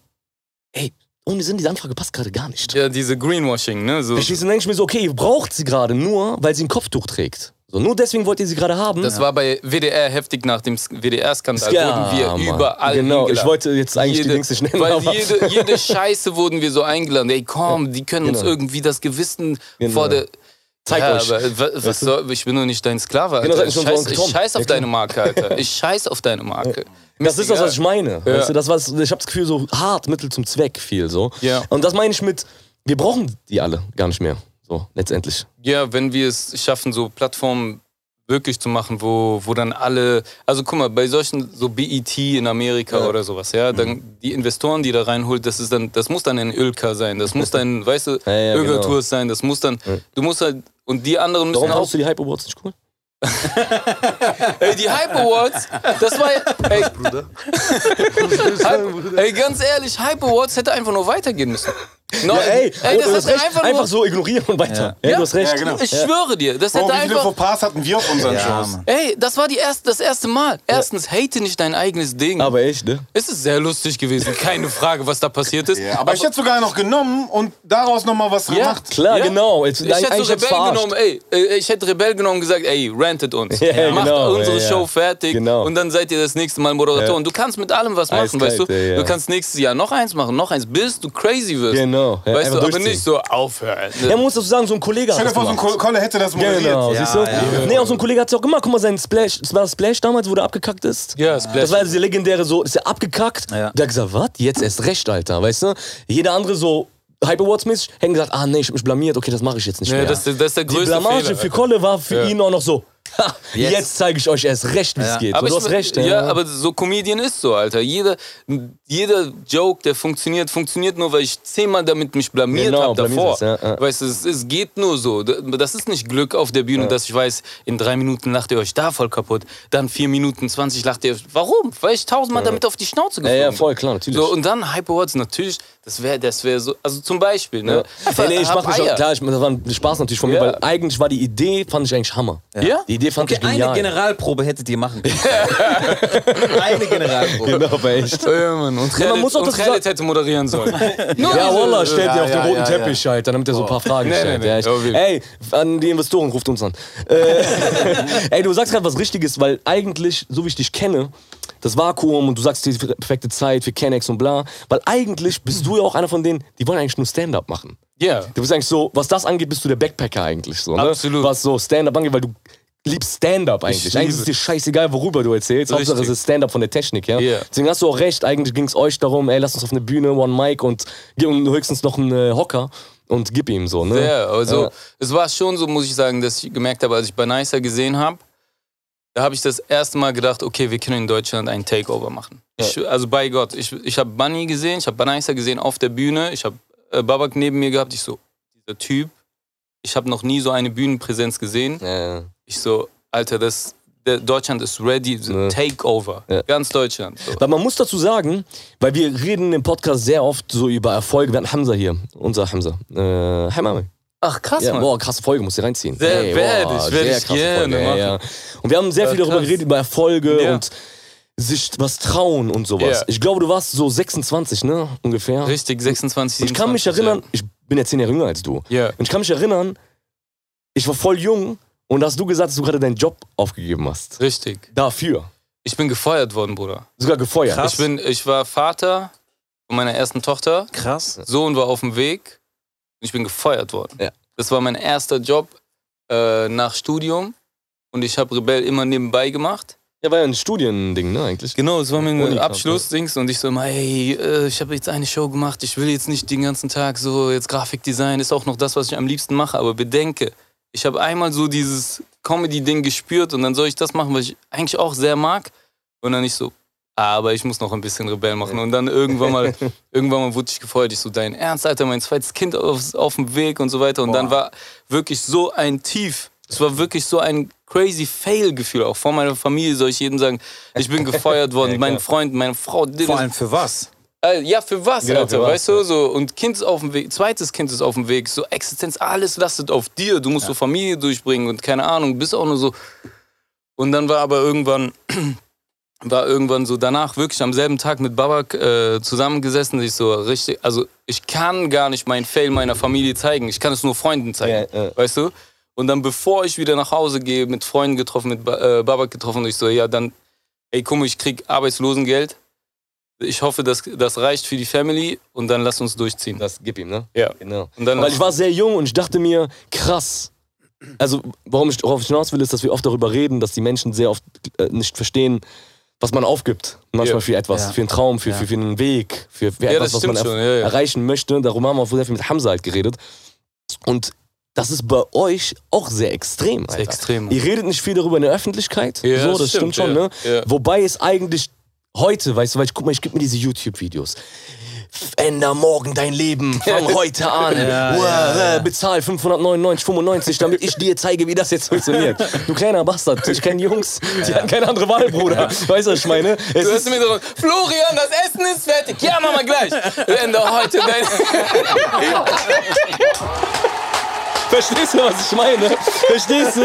A: ey, ohne Sinn, diese Anfrage passt gerade gar nicht.
B: Ja, diese Greenwashing, ne? So,
A: Verstehst du, dann denke ich mir so, okay, ihr braucht sie gerade nur, weil sie ein Kopftuch trägt. So, nur deswegen wollt ihr sie gerade haben.
B: das war bei WDR heftig nach dem WDR-Skandal.
A: Ja,
B: wurden wir
A: Mann.
B: überall
A: Genau, ich
B: hingeladen.
A: wollte jetzt eigentlich
B: Jede-
A: die Dings nicht nennen,
B: Weil
A: aber
B: jede, jede Scheiße wurden wir so eingeladen. Ey, komm, die können uns
A: Genau.
B: irgendwie das Gewissen
A: Genau.
B: vor der.
A: Zeig euch.
B: Aber, wa- was
A: Weißt du?
B: soll, ich bin doch nicht dein Sklave, Alter.
A: Genau, sag
B: ich
A: ich schon,
B: scheiß,
A: warum
B: ich
A: Tom?
B: scheiß auf
A: Ja, klar.
B: deine Marke, Alter. Ich scheiß auf deine Marke.
A: Das ist das, was ich meine.
B: Ja.
A: Weißt du, das, was, ich habe das Gefühl, so hart, Mittel zum Zweck viel so.
B: Ja.
A: Und das meine ich mit, wir brauchen die alle gar nicht mehr. So, letztendlich.
B: Ja, wenn wir es schaffen, so Plattformen wirklich zu machen, wo, wo dann alle, also guck mal, bei solchen, so BET in Amerika oder sowas, ja,
A: Mhm.
B: dann die Investoren, die da reinholt, das ist dann, das muss dann ein Ölka sein, das muss dann, weißt du,
A: Ja, ja, genau.
B: Ögertours sein, das muss dann, du musst halt, und die anderen müssen
A: Warum
B: auch,
A: fandest du die Hype Awards nicht cool?
B: ey, die Hype Awards, das war, ey, Hype, ey, ganz ehrlich, Hype Awards hätte einfach nur weitergehen müssen. No,
A: und
B: das hätte
A: oh, recht,
B: einfach nur,
A: so ignorieren und weiter. Ja, du hast recht.
D: Ja, genau.
B: ich schwöre dir, das
D: Bro,
B: hätte
D: wie viele
B: einfach,
D: Fauxpas hatten wir auf unseren
C: Ja,
D: Shows?
C: Mann.
B: Ey, das war die erste, das erste Mal. Erstens, hate nicht dein eigenes Ding.
A: Aber echt, ne?
B: es ist sehr lustig gewesen, keine Frage, was da passiert ist.
D: Ja, aber, ich hätte sogar noch genommen und daraus nochmal was
B: Ja.
D: gemacht.
A: Klar,
B: Ja?
A: genau. Jetzt,
B: ich hätte so
A: hätt's
B: Rebell
A: verarscht.
B: genommen, ey, äh, ich hätte Rebell genommen und gesagt, ey, rentet uns.
A: Ja, ja,
B: Macht
A: genau,
B: unsere
A: ja, ja.
B: Show fertig
A: Genau.
B: und dann seid ihr das nächste Mal Moderatoren. Du kannst mit allem was machen, weißt
A: Eiskalt,
B: du?
A: ja, ja.
B: Du kannst nächstes Jahr noch eins machen, noch eins, bis du crazy wirst.
A: Genau, ja,
B: weißt du,
A: einfach
B: aber
A: durchziehen.
B: nicht so aufhören.
A: Ja, man muss dazu sagen, so ein Kollege hat
D: Stell
A: das
D: dir vor, so ein
A: gemacht.
D: Ko- Kolle hätte das moderiert.
A: Genau,
C: Ja,
A: siehst du?
C: ja.
A: Nee, auch so ein Kollege hat es auch gemacht. Guck mal, seinen Splash, das war das Splash damals, wo der abgekackt ist.
B: Ja, Splash.
A: Das war diese legendäre so, ist er abgekackt?
C: Ja.
A: Der hat gesagt, was? Jetzt erst recht, Alter, weißt du? Jeder andere so Hype Awards-mäßig hätten gesagt, ah nee, ich hab mich blamiert, okay, das mache ich jetzt nicht
B: Ja,
A: mehr.
B: das, das ist der
A: Die
B: größte
A: Blamage
B: Fehler.
A: für Kolle war für ihn auch noch so, ha,
C: Jetzt.
A: jetzt, zeige ich euch erst recht, wie es
C: Ja.
A: geht.
B: Aber
A: du
B: ich
A: hast
B: will-
A: recht,
B: ja. aber so Comedian ist so, Alter. Jeder, jeder Joke, der funktioniert, funktioniert nur, weil ich zehnmal damit mich blamiert
A: Genau,
B: habe
A: blamiert
B: davor.
A: hast, ja, ja.
B: Weißt du, es, es geht nur so. Das ist nicht Glück auf der Bühne, dass ich weiß, in drei Minuten lacht ihr euch da voll kaputt, dann vier Minuten zwanzig lacht ihr. Warum? Weil ich tausendmal damit auf die Schnauze
A: ja,
B: geflogen
A: ja,
B: bin.
A: voll, klar, natürlich.
B: So, und dann Hype Awards, natürlich, das wäre das wär so, also zum Beispiel, ne?
A: Ey, nee, ich
B: Hab
A: mach mich auch,
B: Eier.
A: klar, ich, das war ein Spaß natürlich von
B: Ja.
A: mir, weil eigentlich war die Idee, fand ich eigentlich Hammer.
B: Ja?
A: Die Idee fand
C: Okay,
A: ich
C: eine
A: genial.
C: Generalprobe hättet ihr machen können. eine Generalprobe.
A: Genau, aber echt.
B: Ja, Mann. Und Khaled,
A: man muss auch
B: und
A: das
B: Khaled
A: sagen-
B: hätte moderieren sollen. Nur
A: Ja,
B: diese-
A: Wallah, stellt
D: ja,
A: ihr auf
D: ja,
A: den roten
D: ja, ja.
A: Teppich halt, damit er so ein paar Fragen
B: Nee, nee,
A: stellt.
B: nee.
A: Ja, ich,
B: Ja, wirklich.
A: ey, an die Investoren ruft uns an. Äh, ey, du sagst gerade was Richtiges, weil eigentlich, so wie ich dich kenne, das Vakuum und du sagst die perfekte Zeit für Kennex und bla, weil eigentlich bist du ja auch einer von denen, die wollen eigentlich nur Stand-up machen.
B: Ja.
A: Du bist eigentlich so, was das angeht, bist du der Backpacker eigentlich so. Ne?
B: Absolut.
A: Was so Stand-up angeht, weil du liebst Stand-up eigentlich. Eigentlich ist es dir scheißegal, worüber du erzählst.
B: Richtig.
A: Hauptsache es ist Stand-up von der Technik, ja.
B: Ja.
A: Deswegen hast du auch recht, eigentlich ging es euch darum, ey, lass uns auf eine Bühne, One Mic und, und höchstens noch einen äh, Hocker und gib ihm so, ne?
B: Ja, also
A: Ja.
B: es war schon so, muss ich sagen, dass ich gemerkt habe, als ich bei Nicer gesehen habe, da habe ich das erste Mal gedacht, okay, wir können in Deutschland einen Takeover machen. Ich, also bei Gott, ich, ich habe Bunny gesehen, ich habe Banicer gesehen auf der Bühne, ich habe äh, Babak neben mir gehabt, ich so, dieser Typ, ich habe noch nie so eine Bühnenpräsenz gesehen.
A: Ja, ja.
B: Ich so, Alter, das, der, Deutschland ist ready, so Takeover.
A: Ja.
B: Ganz Deutschland. So.
A: Weil man muss dazu sagen, weil wir reden im Podcast sehr oft so über Erfolge. Wir hatten Hamza hier, unser Hamza. Äh, hi Mami.
B: Ach, krass,
A: Ja,
B: Mann.
A: boah, krasse Folge, muss ich reinziehen.
B: Sehr- werd ich, werd
A: sehr
B: ich
A: krasse
B: gerne
A: Folge,
B: machen.
A: Und wir haben sehr
B: Ja,
A: viel darüber
B: krass.
A: geredet, über Erfolge
B: Ja.
A: und sich was trauen und sowas.
B: Ja.
A: Ich glaube, du warst so 26, ne? Ungefähr.
B: Richtig, 26, 27.
A: Und ich kann mich erinnern, ich bin ja 10 Jahre jünger als du.
B: Ja.
A: Und ich kann mich erinnern, ich war voll jung und da hast du gesagt, dass du gerade deinen Job aufgegeben hast.
B: Richtig.
A: Dafür.
B: Ich bin gefeuert worden, Bruder.
A: Sogar gefeuert.
C: Krass.
B: Ich, bin, ich war Vater von meiner ersten Tochter.
C: Krass.
B: Sohn war auf dem Weg und ich bin gefeuert worden.
A: Ja.
B: Das war mein erster Job äh, nach Studium und ich habe Rebell immer nebenbei gemacht.
A: Ja, war ja ein Studiending, ne, eigentlich.
B: Genau, es war mein
A: Uni-
B: Abschluss-Dings und ich so immer, hey, äh, ich habe jetzt eine Show gemacht, ich will jetzt nicht den ganzen Tag so, jetzt Grafikdesign ist auch noch das, was ich am liebsten mache, aber bedenke, ich habe einmal so dieses Comedy-Ding gespürt und dann soll ich das machen, was ich eigentlich auch sehr mag und dann ich so, aber ich muss noch ein bisschen Rebell machen. Und dann irgendwann mal, irgendwann mal wurde ich gefeuert. Ich so, dein Ernst, Alter, mein zweites Kind auf, auf dem Weg und so weiter. Und dann war wirklich so ein Tief. Es war wirklich so ein crazy Fail-Gefühl. Auch vor meiner Familie soll ich jedem sagen, ich bin gefeuert worden. mein Freund, meine Frau.
C: Vor allem für was?
B: Äh, ja, für was,
A: Genau,
B: Alter?
A: für was,
B: weißt du, so, und Kind ist auf dem Weg, zweites Kind ist auf dem Weg, so Existenz, alles lastet auf dir. Du musst so Familie durchbringen und keine Ahnung, bist auch nur so. Und dann war aber irgendwann, war irgendwann so danach wirklich am selben Tag mit Babak äh, zusammengesessen, ich so richtig, also ich kann gar nicht meinen Fail meiner Familie zeigen, ich kann es nur Freunden zeigen,
A: Ja, äh, ja.
B: weißt du? Und dann, bevor ich wieder nach Hause gehe, mit Freunden getroffen, mit ba äh, Babak getroffen, ich so, ja, dann, ey, guck mal, ich krieg Arbeitslosengeld, ich hoffe, das, das reicht für die Family und dann lass uns durchziehen.
A: Das gib ihm, ne?
B: Ja.
A: Genau.
B: Und dann
A: Weil ich war sehr jung und ich dachte mir, krass. Also, warum ich, worauf ich hinaus will, ist, dass wir oft darüber reden, dass die Menschen sehr oft äh, nicht verstehen, was man aufgibt. Manchmal
B: Ja.
A: für etwas,
C: Ja.
A: für einen Traum, für, für, für einen Weg, für, für etwas,
B: das
A: was man
B: stimmt
A: erf-
B: schon, ja, ja.
A: erreichen möchte. Darum haben wir auch sehr viel mit Hamza halt geredet. Und das ist bei euch auch sehr extrem. Alter.
B: extrem.
A: Ihr redet nicht viel darüber in der Öffentlichkeit.
B: Ja,
A: so,
B: das
A: das stimmt,
B: stimmt,
A: schon,
B: ja.
A: ne?
B: Ja.
A: Wobei es eigentlich heute, weißt du, weil ich guck mal, ich gebe mir diese YouTube-Videos. F- Änder morgen dein Leben, fang heute an. Uah, äh, Bezahl 599,95, damit ich dir zeige, wie das jetzt funktioniert. Du kleiner Bastard, ich kenne Jungs, die hatten keine andere Wahl, Bruder. Weißt du, was ich meine? Es
B: Du
A: ist-
B: hast mir gesagt, Florian, das Essen ist fertig. Ja, Mama, gleich. Ende heute dein.
A: Verstehst du, was ich meine? Verstehst du?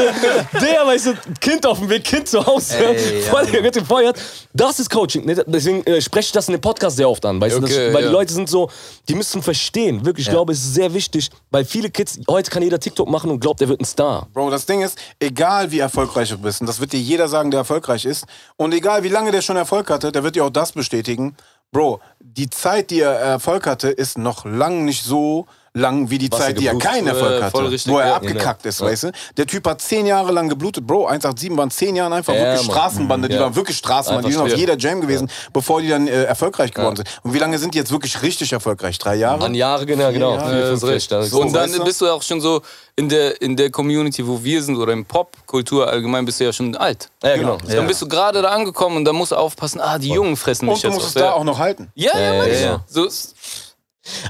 A: Der, weißt du, Kind auf dem Weg, Kind zu Hause,
C: Ey, ja.
A: voll der wird gefeuert. Das ist Coaching. Ne? Deswegen äh, spreche ich das in dem Podcast sehr oft an, weißt du?
B: Okay,
A: Das, weil
B: ja.
A: die Leute sind so, die müssen verstehen. Wirklich, ich glaube, es ist sehr wichtig, weil viele Kids, heute kann jeder TikTok machen und glaubt, er wird ein Star.
D: Bro, das Ding ist, egal wie erfolgreich du bist, und das wird dir jeder sagen, der erfolgreich ist, und egal wie lange der schon Erfolg hatte, der wird dir auch das bestätigen. Bro, die Zeit, die er Erfolg hatte, ist noch lang nicht so lang wie die Zeit, die er
A: geblutet,
D: keinen
B: äh,
D: Erfolg hatte,
B: voll richtig,
D: wo er
B: ja.
D: abgekackt ist,
A: Ja.
D: weißt du? Der Typ hat zehn Jahre lang geblutet, Bro, 187 waren zehn Jahre einfach
A: Ja,
D: wirklich
A: Mann.
D: Straßenbande, die
A: Ja.
D: waren wirklich Straßenbande, die
A: Einfach
D: sind auf
A: schwer.
D: jeder Jam gewesen, bevor die dann äh, erfolgreich geworden sind. Und wie lange sind die jetzt wirklich richtig erfolgreich? Drei Jahre?
A: An Jahre, genau, genau.
D: Ja,
B: Äh,
A: Vier, fünf,
B: ist recht.
A: vielleicht, dann-
B: und dann
D: weißt du?
B: bist du auch schon so in der, in der Community, wo wir sind, oder in Popkultur allgemein, bist du ja schon alt.
A: ja, genau.
B: Dann bist du gerade da angekommen und dann musst du aufpassen, ah, die Jungen fressen mich
D: Und du
B: jetzt
D: musst
B: auf.
D: es da auch noch halten.
B: ja, ja, Mann.
A: Ja, ja.
B: So,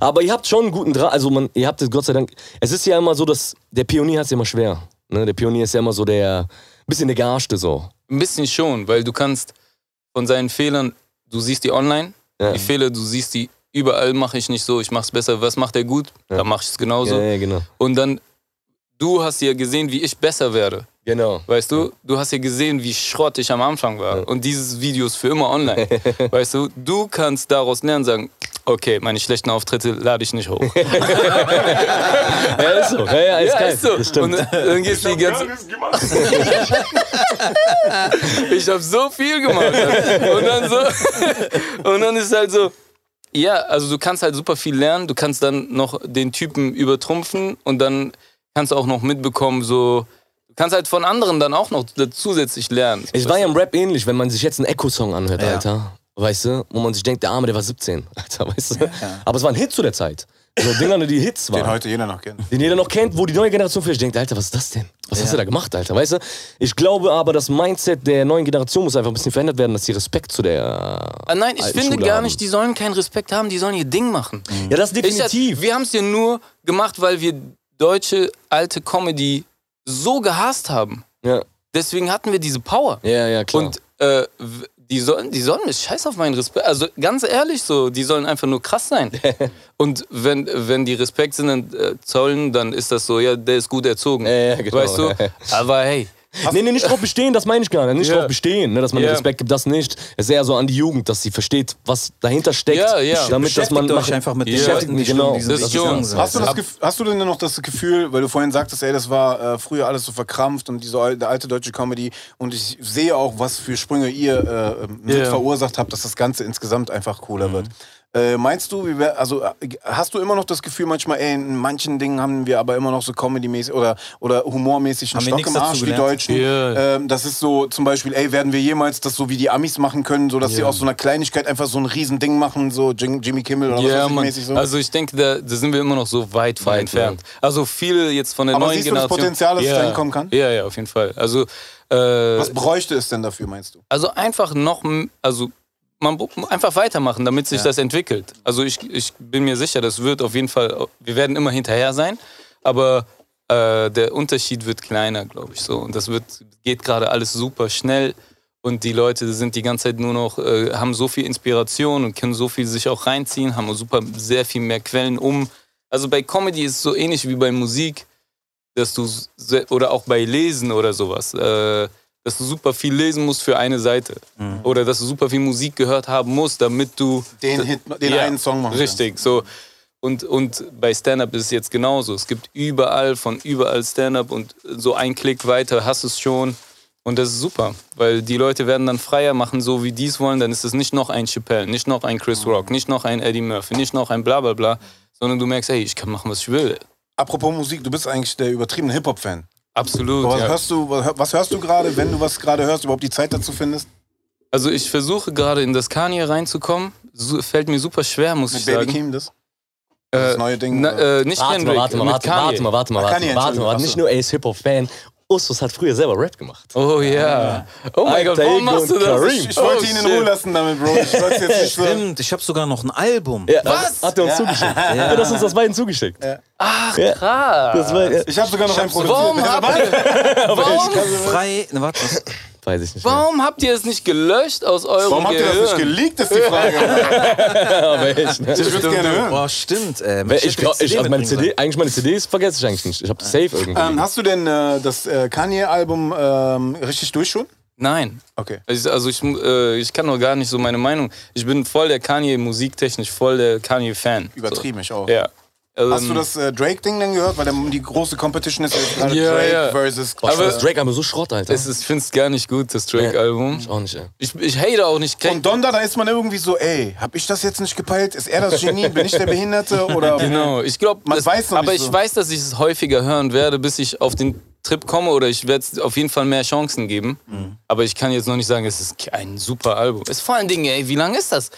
A: Aber ihr habt schon einen guten Draht, also man, ihr habt es Gott sei Dank. Es ist ja immer so, dass der Pionier hat es ja immer schwer. Ne? Der Pionier ist ja immer so der, bisschen der Gearschte so.
B: Ein bisschen schon, weil du kannst von seinen Fehlern, du siehst die online,
A: Ja.
B: die Fehler, du siehst die überall, mache ich nicht so, ich mach's besser, was macht er gut, dann mache ich es genauso.
A: Ja, ja, genau.
B: Und dann, du hast ja gesehen, wie ich besser werde,
A: Genau.
B: weißt du? Du hast ja gesehen, wie Schrott ich am Anfang war. Und dieses Video ist für immer online, weißt du? Du kannst daraus lernen, sagen, okay, meine schlechten Auftritte lade ich nicht hoch.
A: Ja, ist so. äh, Ja, ja, ist
B: Ja,
A: geil.
B: ist so.
A: Das stimmt.
B: Und dann gehst du die ganze...
E: nichts gemacht.
B: ich habe so viel gemacht. Und dann so, und dann ist halt so, ja, also du kannst halt super viel lernen, du kannst dann noch den Typen übertrumpfen und dann kannst du auch noch mitbekommen, so, du kannst halt von anderen dann auch noch zusätzlich lernen.
A: Ich war ja im Rap ähnlich, wenn man sich jetzt einen Echo-Song anhört, Alter. Weißt du? Wo man sich denkt, der Arme, der war 17. Alter, weißt du? Aber es war ein Hit zu der Zeit. So Dinger, die Hits
D: Den
A: waren.
D: heute jeder noch kennt.
A: Den jeder noch kennt, wo die neue Generation vielleicht denkt, Alter, was ist das denn? Was hast du da gemacht, Alter? Weißt du? Ich glaube aber, das Mindset der neuen Generation muss einfach ein bisschen verändert werden, dass die Respekt zu der.
B: Ah, Nein, ich
A: alten
B: finde
A: Schule
B: gar
A: haben.
B: nicht, die sollen keinen Respekt haben, die sollen ihr Ding machen.
A: Ja, das
B: Ich,
A: definitiv.
B: wir haben es ja nur gemacht, weil wir deutsche alte Comedy so gehasst haben.
A: Ja,
B: Deswegen hatten wir diese Power.
A: ja, ja klar.
B: Und äh, w- die sollen, die sollen mir scheiß auf meinen Respekt. Also ganz ehrlich so, die sollen einfach nur krass sein. Und wenn, wenn die Respekt sind, dann äh, zollen, dann ist das so, ja, der ist gut erzogen.
A: Ja, ja, genau.
B: Weißt du? Aber hey,
A: nee, nee, nicht drauf bestehen, das meine ich gar nicht. Nicht
B: Ja.
A: drauf bestehen, ne, dass man
B: Ja.
A: Respekt gibt, das nicht. Es ist eher so an die Jugend, dass sie versteht, was dahinter steckt.
B: Ja, ja.
A: Damit, dass man
C: Beschäftigt euch
A: macht-
C: einfach mit den
A: Beschäftigt
C: Leuten,
A: mich,
C: die schon
A: genau.
C: in diesem
B: Das
C: Business
B: Jung.
C: drin sind.
D: Hast du, das
B: Ab-
D: Gef- hast du denn noch das Gefühl, weil du vorhin sagtest, ey, das war äh, früher alles so verkrampft und diese alte, alte deutsche Comedy und ich sehe auch, was für Sprünge ihr äh, mit
B: Ja. Mhm.
D: verursacht habt, dass das Ganze insgesamt einfach cooler wird. Äh, meinst du, wie wär, also äh, hast du immer noch das Gefühl, manchmal, ey, in manchen Dingen haben wir aber immer noch so comedymäßig oder, oder humormäßig einen
C: Haben wir
D: Stock
C: nichts
D: im
C: dazu
D: Arsch, die
C: gelernt?
D: Deutschen?
B: Ja.
D: Ähm, das ist so zum Beispiel, ey, werden wir jemals das so wie die Amis machen können, so dass sie aus so einer Kleinigkeit einfach so ein Riesending machen, so Jim, Jimmy Kimmel oder was
B: ja,
D: weiß ich
B: Mann.
D: mäßig so?
B: Also ich denke, da, da sind wir immer noch so weit von entfernt. Also viele jetzt von der
D: Aber
B: neuen
D: siehst du das
B: Generation.
D: Potenzial, dass es
B: ja.
D: dahin kommen kann?
B: Ja, ja, auf jeden Fall. Also äh,
D: Was bräuchte es denn dafür, meinst du?
B: Also einfach noch, m- also man bu- einfach weitermachen, damit sich das entwickelt. Also ich, ich bin mir sicher, das wird auf jeden Fall, wir werden immer hinterher sein, aber äh, der Unterschied wird kleiner, glaube ich so. Und das wird, geht gerade alles super schnell und die Leute sind die ganze Zeit nur noch, äh, haben so viel Inspiration und können so viel sich auch reinziehen, haben super sehr viel mehr Quellen um. Also bei Comedy ist es so ähnlich wie bei Musik, dass du, se- oder auch bei Lesen oder sowas, äh, dass du super viel lesen musst für eine Seite.
D: Mhm.
B: Oder dass du super viel Musik gehört haben musst, damit du
D: Den, Hit, den
B: Ja,
D: einen Song machen
B: Richtig, so. Und, und bei Stand-Up ist es jetzt genauso. Es gibt überall, von überall Stand-Up und so ein Klick weiter hast du es schon. Und das ist super, weil die Leute werden dann freier machen, so wie die es wollen. Dann ist es nicht noch ein Chappelle, nicht noch ein Chris Rock, nicht noch ein Eddie Murphy, nicht noch ein bla bla bla, sondern du merkst, hey, ich kann machen, was ich will.
D: Apropos Musik, du bist eigentlich der übertriebene Hip-Hop-Fan.
B: Absolut.
D: Was,
B: ja.
D: hörst du- was hör- was hörst du gerade, wenn du was gerade hörst, überhaupt die Zeit dazu findest?
B: Also ich versuche gerade in das Kanye reinzukommen. Su- fällt mir super schwer, muss
D: Mit
B: ich
D: Baby
B: sagen.
D: Kim das?
B: das
D: neue Ding,
B: Na,
D: oder?
B: äh, nicht
A: Warte mal,
B: Kendrick,
A: warte mal,
B: mit
A: warte,
B: Kanye.
A: warte mal, warte mal,
D: Ah,
A: warte
D: Kanye,
A: mal, warte mal, warte.
D: Entschuldigung,
A: Nicht nur Ace Hip-Hop-Fan, Usus hat früher selber Rap gemacht.
B: Oh ja. Oh mein
A: Alter
B: Gott, warum
A: Ego
B: machst du
A: und
B: das?
A: Kareem.
D: Ich
B: oh,
D: wollte ihn in Ruhe lassen damit, Bro. Ich wollte jetzt nicht so.
C: Stimmt, ich habe sogar noch ein Album.
A: Was? Hat er uns zugeschickt. Ja. Das ist uns das beiden zugeschickt. Ach,
B: krass.
A: Das war, ja,
D: Ich habe sogar noch einen
B: Ah. Warum habt,
D: produziert. Also,
B: ihr, warum,
C: Frei. Ne, warte, was?
A: weiß ich nicht. Mehr.
B: warum habt ihr es nicht gelöscht aus eurem
D: Warum habt ihr das nicht
B: Gehirn?
D: geleakt, ist die Frage.
A: Aber ich, ne?
D: Ich würde gerne hören.
C: Boah, stimmt. Äh,
A: Weil ich, glaub, ich, also meine
C: mitbringen
A: CD, eigentlich meine CDs vergesse ich eigentlich nicht. Ich habe safe irgendwie.
D: Ähm, hast du denn äh, das äh, Kanye-Album ähm, richtig durch schon?
B: Nein.
D: Okay.
B: Ich, also ich, äh, ich kann noch gar nicht so meine Meinung. Ich bin voll der Kanye musiktechnisch, voll der Kanye-Fan.
D: Übertrieben, ich auch.
B: So. Ja. Also,
D: Hast du das äh, Drake-Ding denn gehört? Weil der, die große Competition ist jetzt gerade
B: Ja,
D: Drake
B: ja.
D: versus
B: Aber-
A: das Drake aber so Schrott, Alter.
B: Es ist, find's gar nicht gut, das Drake-Album.
A: ich auch nicht, ey.
B: Ich, ich hate auch nicht Kanye.
D: Und Donda, da ist man irgendwie so, ey, hab ich das jetzt nicht gepeilt? Ist er das Genie? Bin ich der Behinderte? Oder
B: Genau, ich glaube,
D: Man weiß noch
B: aber
D: nicht
B: ich
D: so.
B: weiß, dass ich es häufiger hören werde, bis ich auf den Trip komme oder ich werde es auf jeden Fall mehr Chancen geben.
D: Mhm.
B: Aber ich kann jetzt noch nicht sagen, es ist ein super Album. Es ist vor allen Dingen, ey, wie lang ist das?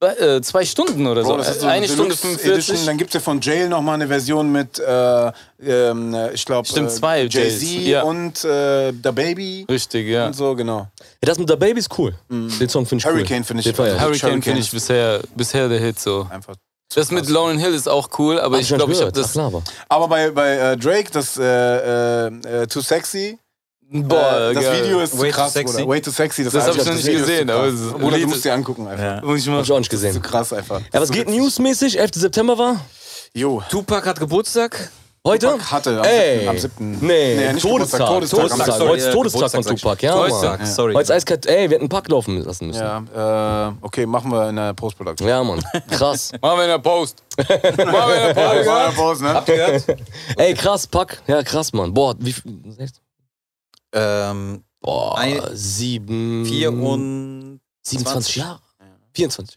B: Bei- äh, Zwei Stunden oder so.
D: Bro, das ist so
B: Eine Stunde
D: Deluxe
B: 45.
D: Dann gibt's ja von Jail nochmal eine Version mit, äh, ähm, äh, ich glaube,
B: Stimmt, zwei
D: äh, Jay-Z
B: Jails, ja.
D: und äh, The Baby.
B: Richtig, ja.
D: Und so, genau.
A: Ja, das mit der Baby ist cool. Den Song finde ich cool.
D: Hurricane finde ich-
A: Den feier
D: Hurri-
B: Hurricane
D: Hurricane
B: finde ich bisher, bisher der Hit so.
D: Einfach.
B: Das mit Lauren Hill ist auch cool, aber ich glaube, ich habe
A: gehört. Ach,
B: das.
A: klar, aber.
D: Aber bei, bei äh, Drake, das äh, äh, äh, Too Sexy,
B: Boah,
D: äh, das
B: geil.
D: Video ist
C: Way
D: zu krass,
C: Too Sexy.
D: Bruder. Way Too Sexy, das,
B: Das
D: Album,
B: hab ich noch nicht
D: Video ist zu
B: gesehen,
D: krass.
B: aber es ist-
D: Bruder, du
B: Lied-
D: musst dir angucken einfach.
C: Ja.
B: Muss ich
A: Hab
B: mal.
A: ich auch nicht
D: Zu
A: gesehen.
D: krass einfach.
A: Ja, was geht newsmäßig? 11. September war?
D: Jo.
C: Tupac hat Geburtstag.
A: Heute?
D: Tupac hatte am
A: Ey.
D: siebten- am siebten-
A: Nee,
D: Nee, nicht
A: Todestag. Todestag.
D: Geburtstag, Todestag,
A: Todestag.
C: sorry,
A: Heute ist
C: äh,
A: Todestag von
C: Geburtstag,
A: Tupac, ja.
B: Todestag,
A: Mann.
C: sorry.
A: Heute ist eiskalt. Ey, wir hätten einen Pack laufen lassen müssen. Ja,
D: Ja, äh, okay, machen wir in der Post-Production.
A: Mann. Krass.
B: Machen wir in der Post. Machen wir in der Post.
D: Ja, ja. Pause, ne?
A: Ey, krass, Pack. Ja, krass, Mann. Boah, wie viel? sechs?
C: Ähm,
A: Boah,
C: Ein-
A: sieben.
C: vier und
A: 27 Mm. Jahre. 24.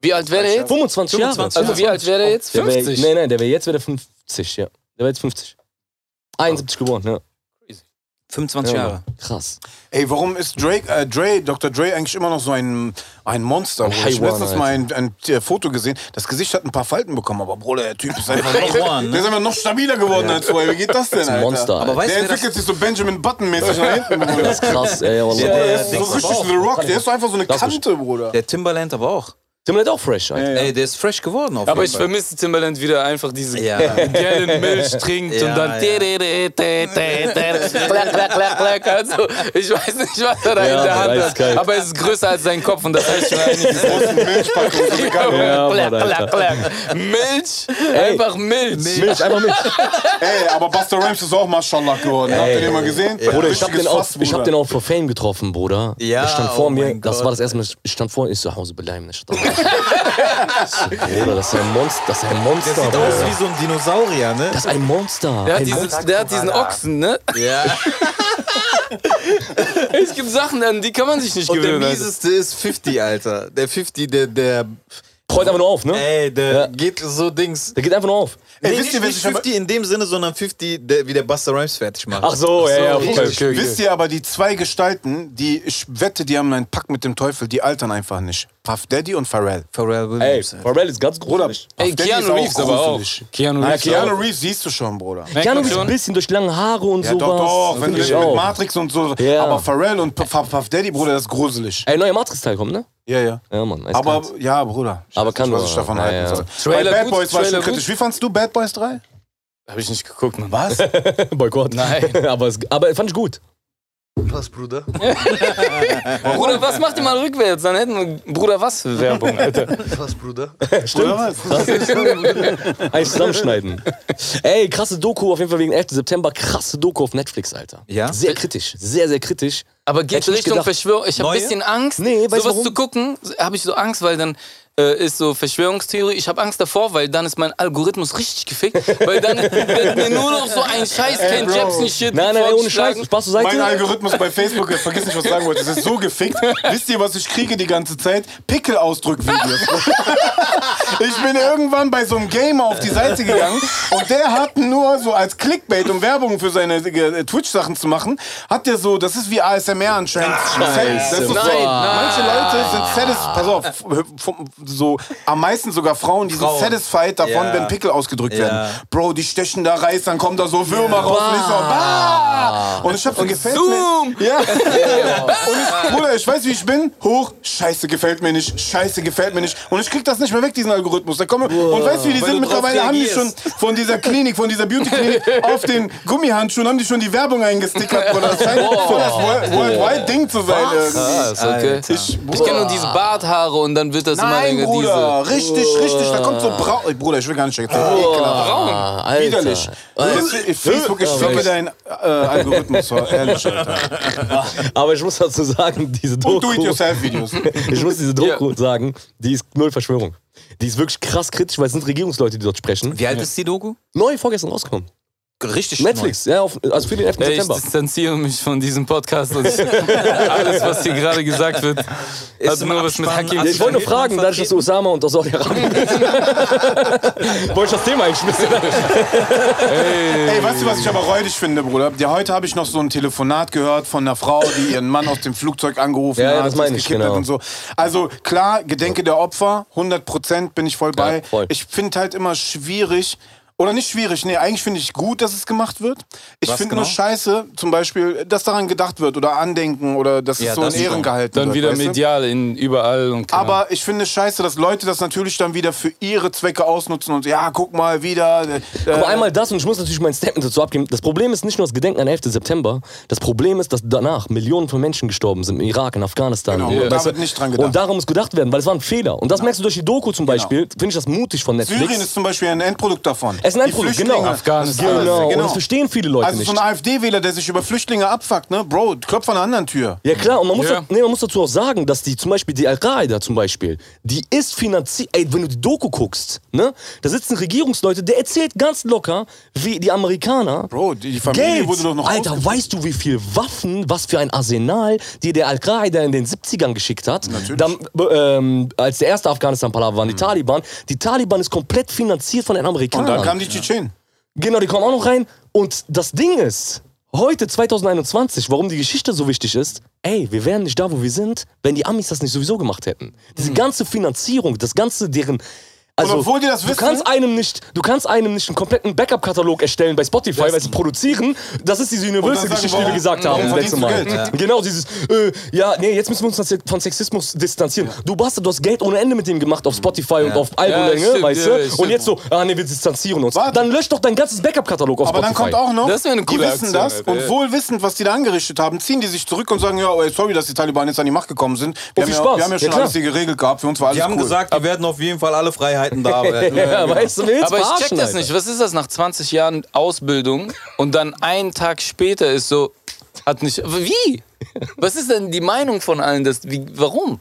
B: Wie alt wäre der jetzt?
A: 25 Jahre.
C: 25
B: Also wie alt wäre der jetzt?
A: Der wär,
B: 50.
A: nein, nein, der wäre jetzt wieder 50, ja. Der wäre jetzt 50. 71 geboren, ja.
C: 25
A: ja.
C: Jahre.
A: Mann. Krass.
D: Ey, warum ist Drake, äh, Dre, Dr. Dre eigentlich immer noch so ein, ein Monster? Bruder? ich habe
A: Haiwan,
D: letztens mal ein, ein äh, Foto gesehen, das Gesicht hat ein paar Falten bekommen, aber Bruder, der Typ ist einfach noch,
C: Haiwan, ne?
D: der ist einfach noch stabiler geworden als vorher. Wie geht das denn,
A: ein
D: Alter?
A: Monster, Alter.
C: Aber weißt
D: der
C: du, wer das-
D: entwickelt sich so Benjamin Button-mäßig nach hinten, Bruder.
A: Das ist krass, ey. Wallah.
C: Ja,
D: Der
C: ja.
D: ist so
C: Dings
D: richtig
A: aber auch.
D: The Rock, der ist so einfach so eine
A: Klassisch.
D: Kante, Bruder.
C: Der Timberland aber auch.
A: Timbaland auch fresh. Alter.
C: Ey, der ist fresh geworden auf
B: Aber ich
C: jeden Fall.
B: vermisse Timberland wieder einfach diese
C: Ja.
B: geilen Milch trinkt
C: Ja,
B: und dann.
C: ja.
B: tiriri, tä, tä, tä, klack, klack, klack, klack. Also, ich weiß nicht, was er da
A: Ja,
B: in der Hand
A: eiskalt.
B: hat. Aber es ist größer als sein Kopf und das heißt schon eigentlich.
A: Ja,
B: klack,
A: Mann, Alter.
B: klack, klack. Milch, einfach Milch.
A: Milch, einfach Milch.
D: Ey, aber Buster Rhymes ist auch Maschallah geworden. Habt ihr den mal gesehen?
A: Bruder, ich hab, den
D: Richtiges
A: auch,
D: Fass,
A: ich hab
D: Bruder.
A: den auch vor Fame getroffen, Bruder.
C: Ja,
A: ich stand vor
C: oh
A: mir,
C: mein
A: das
C: Gott.
A: war das erste Mal, ich stand vor ich so, Hause bleiben. Ich dachte, Bruder, das ist ein Monster, das ist ein Monster.
C: Sieht
A: Bruder.
C: aus wie so ein Dinosaurier, ne?
A: das ist ein Monster.
B: Der
A: ein
B: hat, diesen, der hat diesen Ochsen, ne?
C: Ja.
B: Es gibt Sachen, an die kann man sich nicht
C: Und der
B: gewöhnen. also. Alter.
C: mieseste ist 50, Alter. Der 50, der, der,
A: Kreuz einfach nur auf, ne?
C: ey, der
A: Ja.
C: geht so Dings.
A: Der geht einfach nur auf.
D: Ey,
C: Nee,
D: wisst ihr,
C: nicht,
D: was
C: nicht
D: ich aber-
C: 50 in dem Sinne, sondern 50, der, wie der Buster Rhymes fertig macht.
A: Ach so, ja, ja, okay,
C: richtig.
A: okay, okay.
D: Wisst ihr aber, die zwei Gestalten, die, ich wette, die haben einen Pakt mit dem Teufel, die altern einfach nicht. Puff Daddy und Pharrell.
C: Pharrell
A: Ey,
C: Williams. Ey,
A: Pharrell ist ganz
D: Bruder,
A: gruselig.
B: Ey,
D: Puff Daddy
B: Keanu
D: ist auch
B: Reeves aber auch.
D: gruselig.
B: Keanu
D: Na,
B: Reeves
D: Keanu
B: auch.
D: Reeves siehst du schon, Bruder.
A: Ja, nur ein
B: schon.
A: bisschen durch lange Haare und
D: Ja, doch,
A: sowas.
D: doch, wenn du
A: Find
D: mit
A: ich auch.
D: Matrix und so.
A: Ja.
D: Aber Pharrell und Puff, Puff Puff Daddy, Bruder, das ist gruselig.
A: Ey, neuer Matrix-Teil kommt, ne?
D: Ja, ja.
A: Ja, Mann. eiskalt.
D: Aber, ja, Bruder. Ich
A: Aber
D: weiß
A: kann
D: nicht, was
A: nur-
D: ich davon
A: Ja,
D: halten
A: ja.
D: soll.
B: Trailer
D: Bei Bad
B: gut,
D: Boys war ich
B: Trailer
D: schon
B: gut.
D: kritisch. Wie fandst du Bad Boys 3?
B: Hab ich nicht geguckt, Mann.
D: Was?
A: Boykott.
B: Nein.
A: aber, es, aber fand ich gut.
F: Was, Bruder?
B: Bruder, was macht ihr mal rückwärts? Dann hätten wir Bruder was für Werbung, Alter.
F: Was, Bruder?
D: Oder was?
A: Eigentlich zusammenschneiden. Ey, krasse Doku auf jeden Fall wegen 11. September. Krasse Doku auf Netflix, Alter.
C: Ja?
A: Sehr kritisch. Sehr, sehr kritisch.
B: Aber geht
A: Hätte ich nicht
B: Richtung
A: gedacht.
B: Verschwörung. Ich habe ein
C: Neue?
B: bisschen Angst,
A: Nee, weißt du
B: sowas
A: warum?
B: zu gucken. Habe ich so Angst, weil dann äh, ist so Verschwörungstheorie. Ich habe Angst davor, weil dann ist mein Algorithmus richtig gefickt. Weil dann wird mir nur noch so ein Scheiß, kein Jepsen-Shit
A: Nein, nein, ohne Scheiß.
B: vorgeschlagen.
A: Spaß zur Seite.
D: Mein Algorithmus bei Facebook, jetzt vergiss nicht, was ich sagen wollte. Es ist so gefickt. Wisst ihr, was ich kriege die ganze Zeit? Pickelausdrück-Videos. Ich bin irgendwann bei so einem Gamer auf die Seite gegangen und der hat nur so als Clickbait, um Werbung für seine äh, Twitch-Sachen zu machen, hat der so, das ist wie ASMR anscheinend. Satis- das ist so,
B: Nein,
D: manche Leute sind satisfied, pass auf, f- f- so am meisten sogar Frauen, die
C: Frauen.
D: sind satisfied davon,
C: Ja.
D: wenn Pickel ausgedrückt
C: Ja.
D: werden. Bro, die stechen da Reis, dann kommen da so Würmer raus und ich so, bah! Und ich hab so, gefällt
B: Zoom!
D: mir. Ja. Und ich, Bruder, ich weiß, wie ich bin. Hoch, scheiße, gefällt mir nicht, scheiße, gefällt mir nicht. Und ich krieg das nicht mehr weg, diesen Algorithmus. Da komme, und weißt du, wie die
C: Weil
D: sind
C: du drauf
D: mittlerweile, haben die schon
C: reagierst.
D: von dieser Klinik, von dieser Beauty-Klinik auf den Gummihandschuhen, haben die schon die Werbung eingestickert, Bruder. Das scheint so das World- Worldwide-Ding zu sein. irgendwie.
B: Krass, Ah, okay.
C: Alter.
B: Ich, ich kenne nur diese Barthaare und dann wird das
D: Nein,
B: immer länger.
D: Bruder, richtig, richtig, da kommt so braun. Bruder, ich will gar nicht erzählen. Ekelhaft.
A: Ah, Alter.
D: Widerlich. Das, ich, Facebook, ich stoppe deinen äh, Algorithmus, ehrlich, Alter.
A: Aber ich muss dazu sagen, diese
D: Und
A: Doku.
D: Do-it-yourself-Videos.
A: ich muss diese Doku sagen, die ist null Verschwörung. Die ist wirklich krass kritisch, weil es sind Regierungsleute, die dort sprechen.
C: Wie alt ist die Doku?
A: Neu vorgestern rausgekommen.
C: Richtig
A: Netflix, ja, auf, also für den 11.
B: Ey, ich
A: September.
B: distanziere mich von diesem Podcast und ich, alles, was hier gerade gesagt wird, hat
C: im
B: nur was mit
C: Abspann
B: Hacking
C: ab-
A: Ja, ich wollte nur
C: Planeten
A: fragen, dadurch, dass du Osama und aus Saudi-Arabien bist. wollte ich das Thema einschmissen.
D: Ey, weißt du, was ich aber räudig finde, Bruder? Ja, heute habe ich noch so ein Telefonat gehört von einer Frau, die ihren Mann aus dem Flugzeug angerufen
A: Ja, ja,
D: hat,
A: das meine ich,
D: gekippt hat
A: genau.
D: und so. Also klar, Gedenke der Opfer, 100 Prozent bin ich voll bei.
A: Ja, voll.
D: Ich finde halt immer schwierig, oder nicht schwierig, nee, eigentlich finde ich gut, dass es gemacht wird. Ich finde nur
C: genau?
D: scheiße, zum Beispiel, dass daran gedacht wird oder andenken oder dass
C: Ja,
D: es so
C: das
D: in Ehren
C: schon.
D: gehalten
B: dann
D: wird.
B: wieder
D: weißt du?
B: medial in überall und keine Ahnung.
D: Aber ich finde scheiße, dass Leute das natürlich dann wieder für ihre Zwecke ausnutzen und ja, guck mal, wieder. äh,
A: Aber einmal das und ich muss natürlich mein Statement dazu abgeben. Das Problem ist nicht nur das Gedenken an 11. September, das Problem ist, dass danach Millionen von Menschen gestorben sind im Irak, in Afghanistan.
D: Genau,
A: Weißt
D: und da
A: du?
D: wird nicht dran gedacht. Genau.
A: Und darum muss gedacht werden, weil es war ein Fehler. Und das merkst du durch die Doku zum Beispiel, finde ich das mutig von Netflix.
D: Syrien ist zum Beispiel ein Endprodukt davon.
A: es ist ein Endprodukt,
D: Die Flüchtlinge.
A: genau.
B: Afghanistan.
A: Genau. Und
D: Genau.
A: das verstehen viele Leute
D: Also
A: nicht.
D: so ein AfD-Wähler, der sich über Flüchtlinge abfuckt, ne? Bro, klopf an der anderen Tür.
A: Ja klar, und man muss,
B: Ja.
A: da, nee, man muss dazu auch sagen, dass die zum Beispiel die Al-Qaida zum Beispiel, die ist finanziert, ey, wenn du die Doku guckst, ne, da sitzen Regierungsleute, der erzählt ganz locker, wie die Amerikaner.
D: Bro, die die Familie
A: Geld,
D: wurde doch noch
A: Alter,
D: ausge-
A: weißt du, wie viel Waffen, was für ein Arsenal, die der Al-Qaida in den 70ern geschickt hat?
D: Natürlich.
A: Dann, b- ähm, als der erste Afghanistan-Palaver waren, die Taliban. Die Taliban ist komplett finanziert von den Amerikanern.
D: Und dann kamen die Tschetschenen.
A: Genau, die kommen auch noch rein. Und das Ding ist, heute 2021, warum die Geschichte so wichtig ist, ey, wir wären nicht da, wo wir sind, wenn die Amis das nicht sowieso gemacht hätten. Diese ganze Finanzierung, das ganze deren Also,
D: Mhm. obwohl die das wissen-
A: Du kannst einem nicht, du kannst einem nicht einen kompletten Backup-Katalog erstellen bei Spotify, weil sie produzieren. Das ist diese
D: sagen,
A: Universal-Geschichte, die wir
D: warum-
A: gesagt
D: warum
A: haben das letzte Mal.
D: verdienst du Geld?
A: Ja. Genau, dieses, äh, ja, nee, jetzt müssen wir uns jetzt von Sexismus distanzieren. Du Bastard, du hast Geld ohne Ende mit dem gemacht auf Spotify und auf Albumlänge,
B: stimmt,
A: weißt
B: ja,
A: du?
B: stimmt.
A: und jetzt so, ah nee, wir distanzieren uns.
D: Warte.
A: Dann lösch doch dein ganzes Backup-Katalog auf
D: Aber dann
A: Spotify.
D: kommt auch noch,
B: Das wäre eine
D: die
B: coole
D: wissen
B: Aktion,
D: das
B: Alter,
D: und
B: ja.
D: wohlwissend, was die da angerichtet haben, ziehen die sich zurück und sagen, ja, oh, sorry, dass die Taliban jetzt an die Macht gekommen sind. Wir,
A: viel
D: haben, ja,
A: Spaß.
D: wir haben ja
A: Ja,
D: schon
A: klar.
D: alles hier geregelt gehabt, für uns war alles
C: Die haben
D: cool.
C: gesagt, die werden auf jeden Fall alle Freiheiten da werden.
A: ja, weißt du, willst
B: Aber ich check
A: verarschen,
B: das
A: Alter.
B: nicht. Was ist das nach 20 Jahren Ausbildung und dann einen Tag später ist so, hat nicht. Wie? Was ist denn die Meinung von allen? Dass, wie, warum?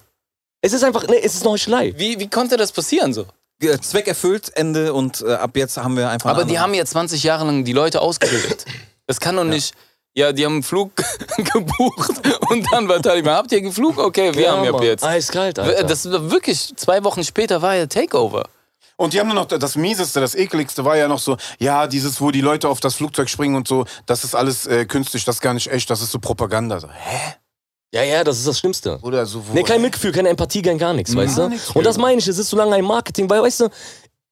A: Es ist einfach, nee, es ist eine Heuchelei.
B: Wie, wie konnte das passieren so?
C: Äh, Zweck erfüllt, Ende und äh, ab jetzt haben wir einfach.
B: Aber
C: eine
B: die haben
C: andere-
B: ja 20 Jahre lang die Leute ausgebildet. Das kann doch nicht. Ja, die haben einen Flug gebucht und dann war Taliban. Habt ihr einen Flug? Okay, wir haben ja
A: Mann.
B: jetzt.
A: Eiskalt, Alter.
B: Das war wirklich, zwei Wochen später war ja Takeover.
D: Und die haben nur noch das Mieseste, das Ekeligste war ja noch so, ja, dieses, wo die Leute auf das Flugzeug springen und so, das ist alles äh, künstlich, das ist gar nicht echt, das ist so Propaganda. So, hä?
A: ja, ja, das ist das Schlimmste.
D: Oder so, wo,
A: Nee, kein Mitgefühl, keine Empathie, kein gar nichts, weißt du?
D: nix.
A: Und das meine ich, es ist so lange ein Marketing, weil, weißt du,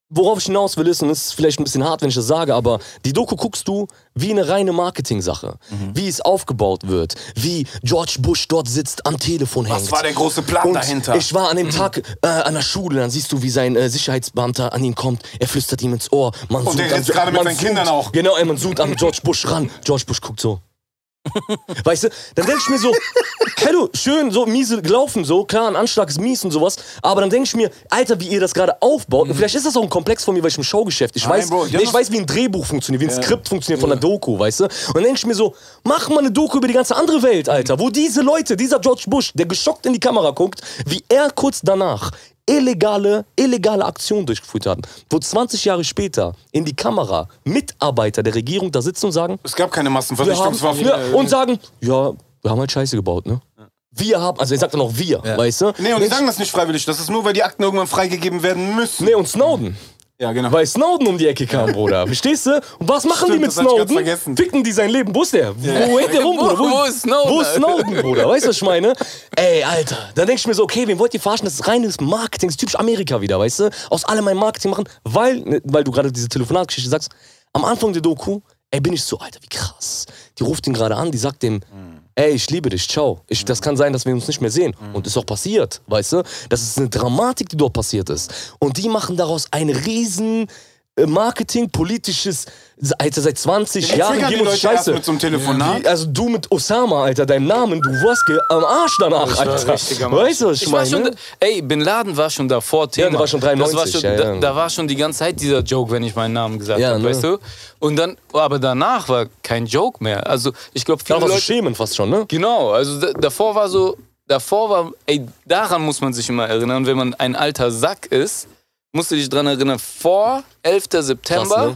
A: worauf ich hinaus will, ist, und es ist vielleicht ein bisschen hart, wenn ich das sage, aber die Doku guckst du wie eine reine Marketing-Sache.
D: Mhm.
A: Wie es aufgebaut wird, wie George Bush dort sitzt, am Telefon hängt.
D: was war der große Plan
A: Und
D: dahinter? Mhm.
A: Ich war an dem Tag äh, an der Schule, dann siehst du, wie sein äh, Sicherheitsbeamter an ihn kommt. Er flüstert ihm ins Ohr. Man
D: Und der
A: zoomt an-
D: sitzt gerade mit
A: man
D: seinen
A: zoomt-
D: Kindern auch.
A: Genau, ey, man zoomt an George Bush ran. George Bush guckt so. Weißt du, dann denke ich mir so, hello, schön, so miese gelaufen, so, klar, ein Anschlag ist mies und sowas, aber dann denke ich mir, Alter, wie ihr das gerade aufbaut, und vielleicht ist das auch ein Komplex von mir, weil ich im Showgeschäft, ich
D: Mhm. Nein,
A: weiß,
D: Bro, die haben
A: ich
D: das-
A: weiß, wie ein Drehbuch funktioniert, wie ein Skript funktioniert von der Doku, weißt du? Und dann denke ich mir so, mach mal eine Doku über die ganze andere Welt, Alter, wo diese Leute, dieser George Bush, der geschockt in die Kamera guckt, wie er kurz danach illegale, illegale Aktionen durchgeführt hat, wo 20 Jahre später in die Kamera Mitarbeiter der Regierung da sitzen und sagen,
D: es gab keine
A: wir haben,
D: Massenvernichtungswaffen.
A: ja, und sagen, ja, wir haben halt Scheiße gebaut, ne? Wir haben, also er sagt dann auch wir, weißt du?
D: Nee, und die sagen das nicht freiwillig, das ist nur, weil die Akten irgendwann freigegeben werden müssen.
A: Nee, und Snowden.
D: Ja, genau.
A: Weil Snowden um die Ecke kam, Bruder. Verstehst du? Und was machen die
D: Stimmt,
A: mit
D: das hab ich ganz
A: Snowden?
D: vergessen.
A: Ficken die sein Leben. Wo ist der? Wo hängt der rum, Bruder?
B: Wo- wo ist Snowden,
A: Wo ist
B: Alter?
A: Snowden, Bruder? Weißt du, was ich meine? Ey, Alter. Da denk ich mir so, okay, wen wollt ihr verarschen? Das ist reines Marketing. Das ist typisch Amerika wieder, weißt du? Aus allem ein Marketing machen, weil, ne, weil du gerade diese Telefonatgeschichte sagst. Am Anfang der Doku, ey, bin ich so, Alter, wie krass. Die ruft ihn gerade an, die sagt dem,
D: Mhm.
A: ey, ich liebe dich, ciao. Ich, das kann sein, dass wir uns nicht mehr sehen. Und ist auch passiert, weißt du? Das ist eine Dramatik, die dort passiert ist. Und die machen daraus ein riesen... äh, Marketing, politisches, Alter, seit 20
D: Die
A: Jahren
D: triggern die
A: geben uns
D: Leute erst
A: Scheiße.
D: mit so einem Telefonat.
A: Die- Also du mit Osama, Alter, deinem Namen, du warst ge- am Arsch danach, Alter. Weißt du, was ich,
B: Ich war
A: meine?
B: schon, da- ne? ey, Bin Laden war schon davor Thema.
A: der war schon
B: das war schon,
A: 93, ja,
B: da,
A: ja.
B: da war schon die ganze Zeit dieser Joke, wenn ich meinen Namen gesagt
A: Ja,
B: habe,
A: ne?
B: weißt du? Und dann, aber danach war kein Joke mehr. Also ich glaube, viele
A: Da war so
B: Leute...
A: schämen fast schon, ne?
B: Genau, also da, davor war so, davor war, ey, daran muss man sich immer erinnern, wenn man ein alter Sack ist, musst du dich dran erinnern, vor 11. September
A: Krass, ne?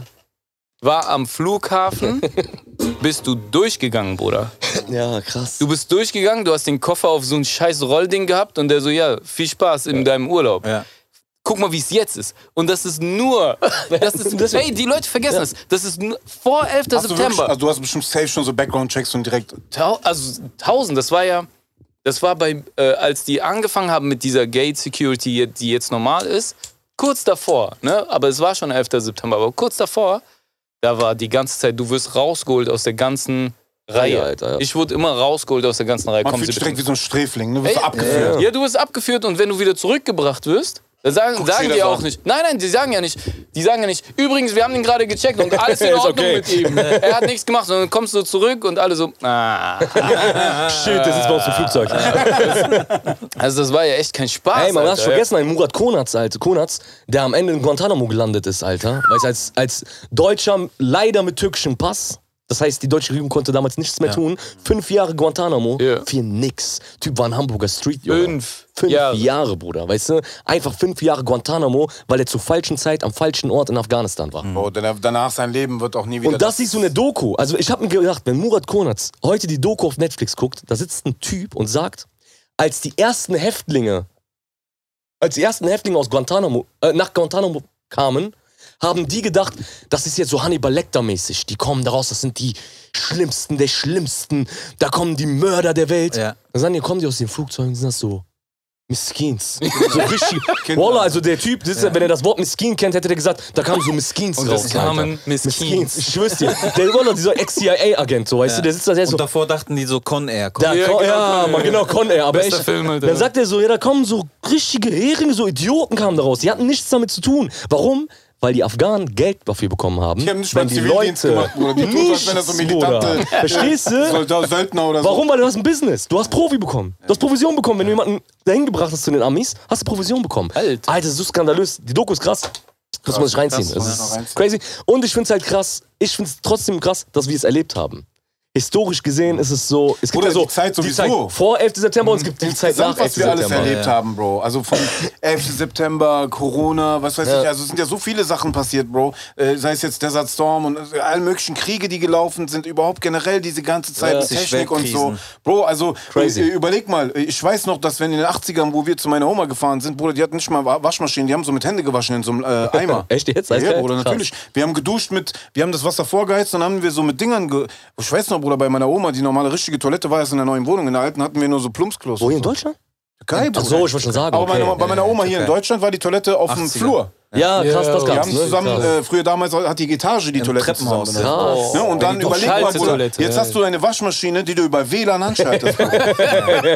B: war am Flughafen, bist du durchgegangen, Bruder.
A: Ja, krass.
B: Du bist durchgegangen, du hast den Koffer auf so ein scheiß Rollding gehabt und der so, ja, viel Spaß in deinem Urlaub.
C: Ja.
B: Guck mal, wie es jetzt ist. Und das ist nur, das ist,
A: Deswegen.
B: ey, die Leute vergessen das. Das ist nur vor 11.
D: Hast du, wirklich,
B: September.
D: also du hast bestimmt safe schon so Background-Checks und direkt.
B: Tau also 1000, das war ja, das war bei, äh, als die angefangen haben mit dieser Gate Security, je- die jetzt normal ist, kurz davor, ne? aber es war schon 11. September, aber kurz davor, da war die ganze Zeit, du wirst rausgeholt aus der ganzen Reihe.
A: Ja, Alter, ja.
B: Ich wurde immer rausgeholt aus der ganzen Reihe.
D: Man
B: Kommen
D: fühlt
B: Sie
D: sich direkt wie
B: bitte.
D: so ein Sträfling, ne? Wirst
B: Ey,
D: abgeführt.
B: Ja. du wirst abgeführt und wenn du wieder zurückgebracht wirst, dann sagen,
D: dir
B: sagen
D: das
B: die auch
D: an.
B: nicht. Nein, nein, die sagen ja nicht. Die sagen ja nicht. Übrigens, wir haben den gerade gecheckt und alles in
A: Ist
B: Ordnung
A: okay.
B: mit ihm. Er hat nichts gemacht, sondern kommst du zurück und alle so. Ah.
A: Shit, das ist bei uns im Flugzeug.
B: Also das war ja echt kein Spaß.
A: Ey, man
B: Alter.
A: hat vergessen, ein Murat Konatz, Alter, Konatz, der am Ende in Guantanamo gelandet ist, Alter. Weißt du, als, als Deutscher leider mit türkischem Pass. Das heißt, die deutsche Regierung konnte damals nichts mehr tun. Fünf Jahre Guantanamo,
B: Ja.
A: viel nix. Typ war ein Hamburger Street, Junge.
B: Fünf
A: Fünf
B: Jahre.
A: Jahre. Bruder, weißt du? Einfach fünf Jahre Guantanamo, weil er zur falschen Zeit am falschen Ort in Afghanistan war.
D: Oh, danach, danach sein Leben wird auch nie wieder.
A: äh, Und das siehst du in der Doku. Also ich habe mir gedacht, wenn Murat Konatz heute die Doku auf Netflix guckt, da sitzt ein Typ und sagt, als die ersten Häftlinge, als die ersten Häftlinge aus Guantanamo, äh, nach Guantanamo kamen, haben die gedacht, das ist jetzt so Hannibal Lecter-mäßig. Die kommen daraus, das sind die Schlimmsten der Schlimmsten. Da kommen die Mörder der Welt.
C: Ja.
A: Dann sagen die, kommen die aus den Flugzeugen, sind das so Miskins. So richtig. Wallah, also der Typ, das ist, wenn er das Wort Miskin kennt, hätte der gesagt, da kamen so Miskins raus.
B: das kamen
A: Alter.
B: Miskins.
A: Ich schwör's dir. Der Wallah, dieser Ex-CIA-Agent, so, weißt du, der sitzt da sehr so.
C: Und davor dachten die so Con Air. Komm.
A: Da,
B: Ja,
A: ja, Con,
B: genau,
A: ja,
B: Con Air.
A: Mann, genau, Con Air. Aber
B: Bester
A: echt,
B: Film, Alter.
A: dann sagt er so, ja, da kommen so richtige Heringe, so Idioten kamen daraus. Die hatten nichts damit zu tun. Warum? Weil die Afghanen Geld dafür bekommen haben.
D: Die haben nicht mal Zivildienst gemacht, Bruder. Die tun so, als wenn das so
A: Nichts,
D: militante-
A: Bruder. Verstehst du?
D: Soldat, Söldner oder so.
A: Warum? Weil du hast ein Business. Du hast Profi bekommen. Du hast Provision bekommen. Wenn du jemanden dahin gebracht hast zu den Amis, hast du Provision bekommen.
B: Alter.
A: Alter, das ist so skandalös. Die Doku ist krass. Muss man sich reinziehen.
C: krass,
A: Das
C: muss
A: ist
D: man reinziehen.
A: crazy. Und ich finde es halt krass, ich finde es trotzdem krass, dass wir es erlebt haben. Historisch gesehen ist es so, es gibt
D: Oder
A: ja so
D: die Zeit sowieso.
A: vor 11. September und es gibt die Zeit nach
D: Insgesamt,
A: 11.
D: was wir alles
A: September.
D: erlebt haben, Bro. Also von 11. September, Corona, was weiß ich. Also es sind ja so viele Sachen passiert, Bro. Äh, sei es jetzt Desert Storm und äh, alle möglichen Kriege, die gelaufen sind. Überhaupt generell diese ganze Zeit mit
C: sich
D: Technik und so.
C: Weltkrisen.
D: Bro, also
A: Crazy.
D: äh, überleg mal. äh, Ich weiß noch, dass wenn in den 80ern, wo wir zu meiner Oma gefahren sind, Bruder, die hatten nicht mal Wa- Waschmaschinen. Die haben so mit Hände gewaschen in so einem äh, Eimer.
A: Echt jetzt?
D: Ja,
A: Eiskalt?
D: Bruder,
A: Krass.
D: natürlich. Wir haben geduscht mit, wir haben das Wasser vorgeheizt, dann haben wir so mit Dingern ge Ich weiß noch, Bruder, bei meiner Oma, die normale richtige Toilette war erst in der neuen Wohnung. In der alten hatten wir nur so Plumpsklos.
A: Wo hier in Deutschland?
D: Geil,
A: Ach so, ich wollte schon sagen.
D: aber
A: okay.
D: meine, bei meiner Oma hier in Deutschland war die Toilette auf dem
C: 80er.
D: Flur.
A: ja, krass, das
D: Wir
A: gab's.
D: haben
A: ne?
D: zusammen,
A: Krass.
D: äh, früher damals hat die Etage die Toilette zusammen
C: Treppenhaus,
D: benutzt.
C: ja.
A: Krass.
D: Ne, und dann
B: die
D: überleg mal,
B: Scheiße
D: Bruder,
B: Toilette,
D: jetzt
B: ja.
D: hast du eine Waschmaschine, die du über WLAN anschaltest.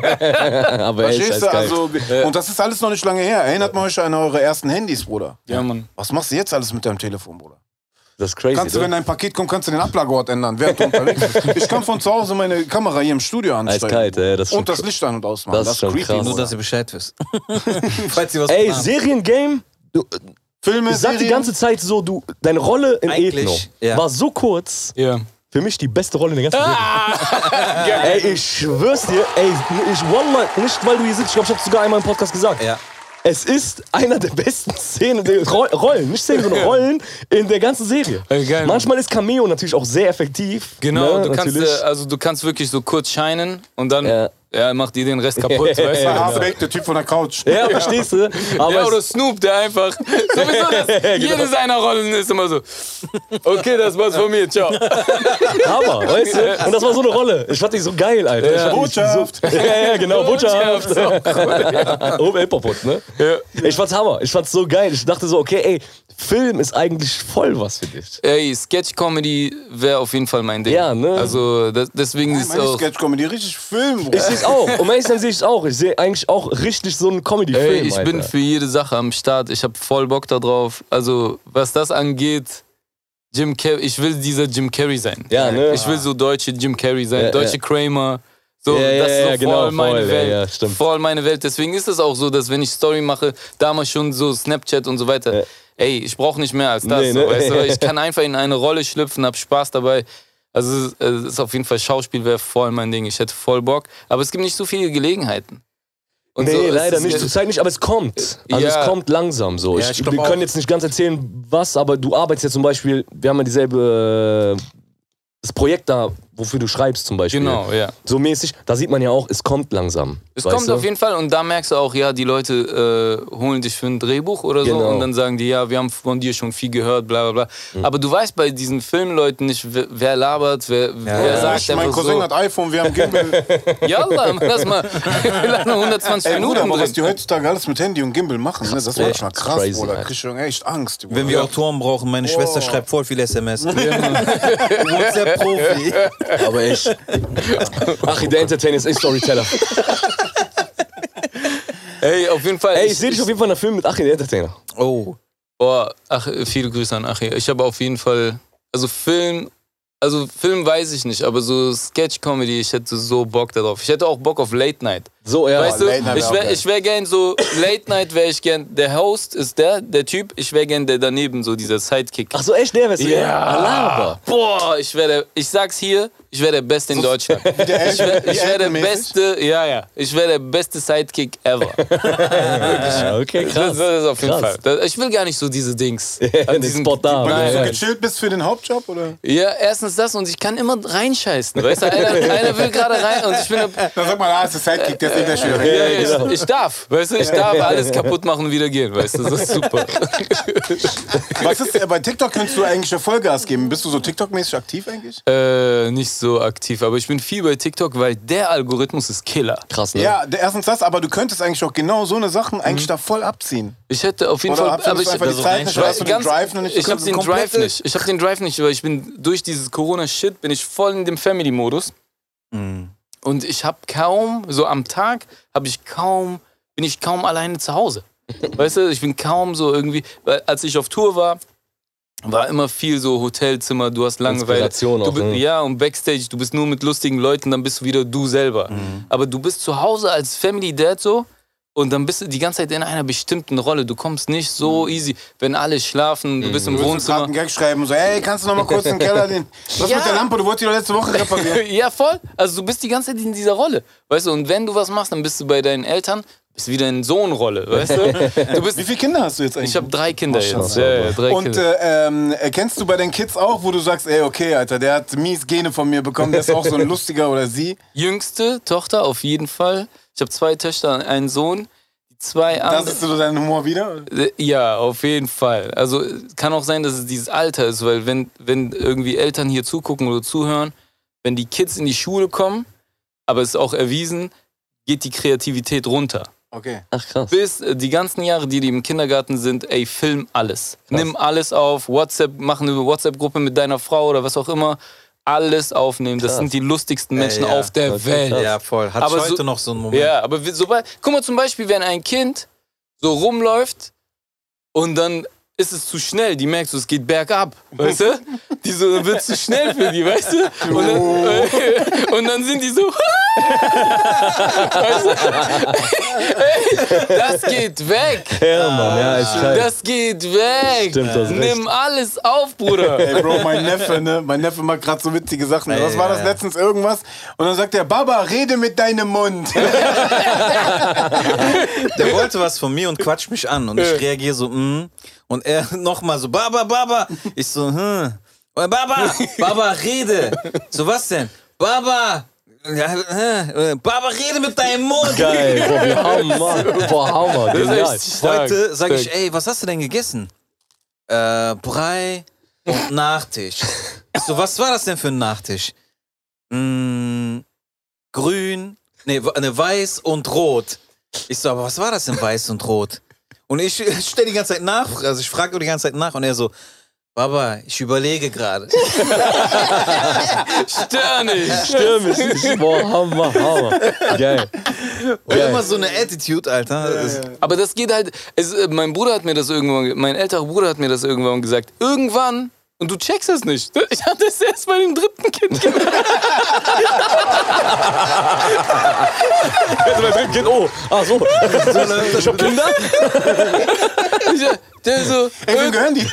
A: aber echt,
D: Verstehst du?
A: eiskalt.
D: Also, und das ist alles noch nicht lange her. Erinnert man euch an eure ersten Handys, Bruder.
B: Ja, Mann.
D: Was machst du jetzt alles mit deinem Telefon, Bruder?
A: das ist crazy.
D: Kannst du,
A: ne?
D: wenn dein Paket kommt, kannst du den Ablageort ändern, während du unterwegs bist. Ich kann von zu Hause meine Kamera hier im Studio anstellen.
A: Eiskalt, ey, das ist schon
D: Und das Licht an- und ausmachen.
A: Das ist schon krass.
C: Nur,
D: Bruder.
C: dass ihr Bescheid wisst. Falls ihr was
A: Ey,
C: plant.
A: Seriengame? Du,
D: Filme,
A: ich sag die
D: Serien.
A: ganze Zeit so, du, deine Rolle in Ethno
C: Eigentlich, ja.
A: war so kurz,
B: Ja. Ah!
A: für mich die beste Rolle in der ganzen Serie. ey, ich schwör's dir, ey, ich wallah, nicht weil du hier sitzt, ich glaube, ich hab's sogar einmal im Podcast gesagt.
C: Ja.
A: Es ist einer der besten Szenen, der Ro- Rollen, nicht Szenen, sondern Rollen in der ganzen Serie.
B: Ey, geil.
A: Manchmal ist Cameo natürlich auch sehr effektiv.
B: Genau,
A: ne,
B: du, kannst,
A: natürlich.
B: äh, also, du kannst wirklich so kurz shinen und dann
A: Ja.
B: ja. macht ihr den Rest kaputt.
A: Ja,
B: weißt du?
D: Bei Habeck, der Typ von der Couch.
A: ja, verstehst du? Aber
B: äh, Ja, oder
A: es, Genau.
B: Snoop, der einfach. Sowieso, das, jede seiner Rollen ist immer so. Okay, das war's von mir, ciao.
A: Hammer, weißt du? Und das war so eine Rolle. Ich fand die so geil, Alter. Ich fand die
D: Botschaft.
A: So, ja, ja, genau, Botschaft.
B: So.
A: Oben Elperpot, ne? Ich fand's Hammer. Ich fand's so geil. Ich dachte so, okay, ey, Film ist eigentlich voll was für dich.
B: Ey, Sketch-Comedy wäre auf jeden Fall mein Ding.
A: Ja, ne?
B: Also, das, deswegen ist
D: Meine
B: auch.
D: Sketch-Comedy, richtig Film,
A: Ich
D: Bruder.
A: seh's auch. Um ehrlich zu sein, seh ich's auch. Ich sehe eigentlich auch richtig so einen Comedy-Film.
B: Ey, ich
A: Alter.
B: bin für jede Sache am Start. Ich habe voll Bock da drauf. Also, was das angeht, Jim Carrey, ich will dieser Jim Carrey sein.
A: Ja, ne?
B: Ich will so deutsche Jim Carrey sein,
A: Ja,
B: deutsche
A: ja.
B: Kramer. So,
A: Ja, ja,
B: das ist so
A: ja,
B: voll
A: genau,
B: meine
A: voll, ja,
B: Welt.
A: ja, stimmt.
B: Voll meine Welt. Deswegen ist es auch so, dass wenn ich Story mache, damals schon so Snapchat und so weiter. Ey, ich brauche nicht mehr als das.
A: Nee,
B: so,
A: ne?
B: weißt du? Ich kann einfach in eine Rolle schlüpfen, hab Spaß dabei. Also es ist, es ist auf jeden Fall Schauspiel wäre voll mein Ding. Ich hätte voll Bock. Aber es gibt nicht so viele Gelegenheiten. Und
A: Nee,
B: so, es
A: leider
B: ist-
A: nicht. Zurzeit nicht, aber es kommt. Also
B: ja.
A: es kommt langsam so.
C: Ja,
A: ich,
C: ich glaub
A: wir
C: auch.
A: können jetzt nicht ganz erzählen, was, aber du arbeitest ja zum Beispiel, wir haben ja dieselbe, äh, das Projekt da, wofür du schreibst zum Beispiel.
B: Genau, ja.
A: So mäßig, da sieht man ja auch, es kommt langsam.
B: Es
A: weißt
B: kommt
A: du?
B: auf jeden Fall und da merkst du auch, ja, die Leute äh, holen dich für ein Drehbuch oder so
A: Genau.
B: und dann sagen die, ja, wir haben von dir schon viel gehört, bla bla bla. Aber du weißt bei diesen Filmleuten nicht, wer, wer labert, wer, wer
C: ja.
B: sagt
D: mein
B: einfach
D: Cousin
B: so,
D: hat iPhone, wir haben Gimbal.
B: Jalla, lass mal, lass mal 120
D: Ey, Bruder,
B: Minuten
D: aber was die
B: drin.
D: heutzutage alles mit Handy und Gimbal machen, ne? das ist manchmal krass,
A: Crazy,
D: Bruder.
A: Alter.
D: Kriegst du echt Angst, Bruder.
C: Wenn wir Autoren brauchen, meine Schwester schreibt voll viele SMS. WhatsApp-Profi.
A: Aber echt. Ach, der Entertainer ist echt Storyteller.
B: Ey, auf jeden Fall.
A: Ey, ich sehe dich auf jeden Fall in einem Film mit Achim, der Entertainer.
C: Oh.
B: Boah, ach, viele Grüße an Achi. Ich habe auf jeden Fall, also Film, also Film weiß ich nicht, aber so Sketch-Comedy, ich hätte so Bock darauf. Ich hätte auch Bock auf Late Night.
A: So, ja.
B: Weißt du,
D: Late Night wär
B: ich
D: auch
B: wäre
D: geil.
B: ich wär gern so, Late Night wäre ich gern, der Host ist der, der Typ, ich wäre gern der daneben, so dieser Sidekick.
A: Ach so, echt, der wärst du?
B: Ja.
A: Alaba.
B: Boah, ich wäre der, ich sag's hier, ich wäre der Beste in Deutschland.
D: der
B: Ich wäre
D: Elton-
B: ich wär der
D: Elton-mäßig?
B: beste, ja, ja, ich wäre der beste Sidekick ever.
A: Ja, okay,
B: Das,
A: krass.
B: das ist auf jeden
A: Krass.
B: Fall. Das, ich will gar nicht so diese Dings.
A: Den Spot da,
D: Weil du so
B: Nein,
D: gechillt bist für den Hauptjob, oder?
B: Ja, erstens das und ich kann immer reinscheißen. Weißt du, einer, einer will gerade rein und ich bin.
D: Na, sag mal, ah, es ist Sidekick, der darfst eh gleich wieder
B: Ja,
D: weg.
B: ja, ich, ich darf, weißt du, ich darf alles kaputt machen und wieder gehen, weißt du, das ist super.
D: Was ist denn, bei TikTok könntest du eigentlich ja Vollgas geben. Bist du so TikTok-mäßig aktiv eigentlich?
B: äh, nicht so aktiv, aber ich bin viel bei TikTok, weil der Algorithmus ist Killer.
A: Krass, ne?
D: Ja, der, erstens das, aber du könntest eigentlich auch genau so eine Sachen
B: Mhm.
D: eigentlich da voll abziehen.
B: Ich hätte auf jeden
D: Oder
B: Fall, aber
D: absolut
B: ich,
D: einfach die
B: also
D: Zeit nicht,
B: rein-
D: oder hast du den
B: ganz-
D: Drive noch nicht?
B: ich
D: Du
B: habe
D: kannst
B: den
D: eine
B: Drive
D: komplette-
B: nicht. Ich habe den Drive nicht, weil ich bin durch dieses Corona-Shit bin ich voll in dem Family-Modus
D: Mhm.
B: und ich habe kaum so am Tag habe ich kaum bin ich kaum alleine zu Hause. Weißt du, ich bin kaum so irgendwie, weil als ich auf Tour war, war immer viel so Hotelzimmer, du hast Langeweile.
A: Inspiration
B: du
A: auch,
B: bi-
A: ne?
B: Ja, und Backstage, du bist nur mit lustigen Leuten, dann bist du wieder du selber.
D: Mhm.
B: Aber du bist zu Hause als Family Dad so und dann bist du die ganze Zeit in einer bestimmten Rolle. Du kommst nicht so easy, wenn alle schlafen, du bist im
D: Mhm. Du musst gerade
B: Wohnzimmer.
D: einen Gag schreiben, so, ey, kannst du noch mal kurz den Keller den. Was
B: Ja.
D: mit der Lampe? Du wolltest die doch letzte Woche reparieren.
B: ja, voll. Also du bist die ganze Zeit in dieser Rolle. Weißt du, und wenn du was machst, dann bist du bei deinen Eltern, bist wieder in Sohnrolle, weißt du? Du bist
D: Wie viele Kinder hast du jetzt eigentlich?
B: ich habe drei Kinder jetzt.
D: Scheiße.
B: Ja, ja, drei
D: Und
B: Kinder.
D: äh, ähm, erkennst du bei deinen Kids auch, wo du sagst, ey, okay, Alter, der hat mies Gene von mir bekommen, der ist auch so ein lustiger oder sie?
B: Jüngste Tochter auf jeden Fall. Ich habe zwei Töchter und einen Sohn. Die zwei
D: Das
B: anderen.
D: ist so dein Humor wieder?
B: Äh, Ja, auf jeden Fall. Also äh, kann auch sein, dass es dieses Alter ist, weil wenn, wenn irgendwie Eltern hier zugucken oder zuhören, wenn die Kids in die Schule kommen, aber es ist auch erwiesen, geht die Kreativität runter.
D: Okay.
A: Ach, krass.
B: Bis äh, die ganzen Jahre, die die im Kindergarten sind, ey, film alles. Nimm alles auf, WhatsApp, mach eine WhatsApp-Gruppe mit deiner Frau oder was auch immer. Alles aufnehmen. Das sind die lustigsten Menschen
C: ja.
B: auf der Welt.
C: Ja, voll. Hat
B: Aber
C: heute
B: so-
C: noch so
A: Oh
C: einen Moment.
B: Ja, aber wir- sobald, guck mal zum Beispiel, wenn ein Kind so rumläuft und dann ist es zu schnell, die merkst du, es geht bergab, weißt du? Die so, dann wird zu schnell für die, weißt du? Und dann, äh,
A: Oh.
B: und dann sind die so, weißt du? Ey, das geht weg,
A: Ja, Mann, ja, ist scheiße.
B: das geht weg.
A: Stimmt, hast recht.
B: Nimm alles auf, Bruder.
D: Ey, Bro, mein Neffe, ne? Mein Neffe macht gerade so witzige Sachen.
C: Ey,
D: Was war
C: ja,
D: das
C: ja.
D: letztens irgendwas? Und dann sagt er, Baba, rede mit deinem Mund.
C: Der wollte was von mir und quatscht mich an. Und ich reagiere so, mm. Und er nochmal so, Baba, Baba. Ich so, hm. Oder Baba, Baba, rede. So, was denn? Baba. Ja, äh, Baba, rede mit deinem Mund.
A: Geil, boah, wie Hammer. Boah, Hammer,
B: Das ist
A: genial.
B: echt stark.
C: Heute sage ich,
B: Stark.
C: ey, was hast du denn gegessen? Äh, Brei und Nachtisch. Ich so, was war das denn für ein Nachtisch? Mm, grün, nee, wa- ne, weiß und rot. Ich so, aber was war das denn weiß und rot? Und ich stelle die ganze Zeit nach, also ich frage die ganze Zeit nach und er so, Baba, ich überlege gerade.
B: Sternig.
A: Stürmisch. Boah, Hammer, Hammer. Geil.
C: Und immer so eine Attitude, Alter. Das-
B: Aber das geht halt. Es, äh, mein Bruder hat mir das irgendwann, ge- mein älterer Bruder hat mir das irgendwann gesagt. Irgendwann. Und du checkst es nicht. Ich hatte es erst bei dem dritten Kind gemacht.
A: Also, mein Dritt geht, oh, ach so. Ich hab Kinder?
B: Ich, äh, Der so,
D: Ey, wem
B: äh,
D: gehören die?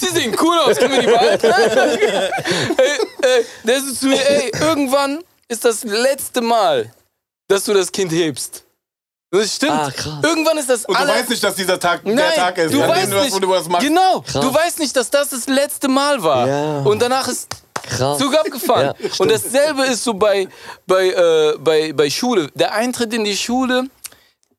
B: die sehen cool aus, können wir die behalten? ey, ey, der so zu mir, ey, irgendwann ist das letzte Mal, dass du das Kind hebst. Das stimmt.
A: Ah, krass.
B: Irgendwann ist das
D: Und du
B: aller-
D: weißt nicht, dass dieser Tag der
B: Nein,
D: Tag ist,
B: du
D: an
B: weißt
D: dem du das,
B: nicht.
D: wo du was machst.
B: Genau, du
A: Krass.
B: weißt nicht, dass das das letzte Mal war.
A: Ja.
B: Und danach ist
A: Krass.
B: Zug abgefahren.
A: Ja, stimmt.
B: und dasselbe ist so bei, bei, äh, bei, bei Schule. Der Eintritt in die Schule,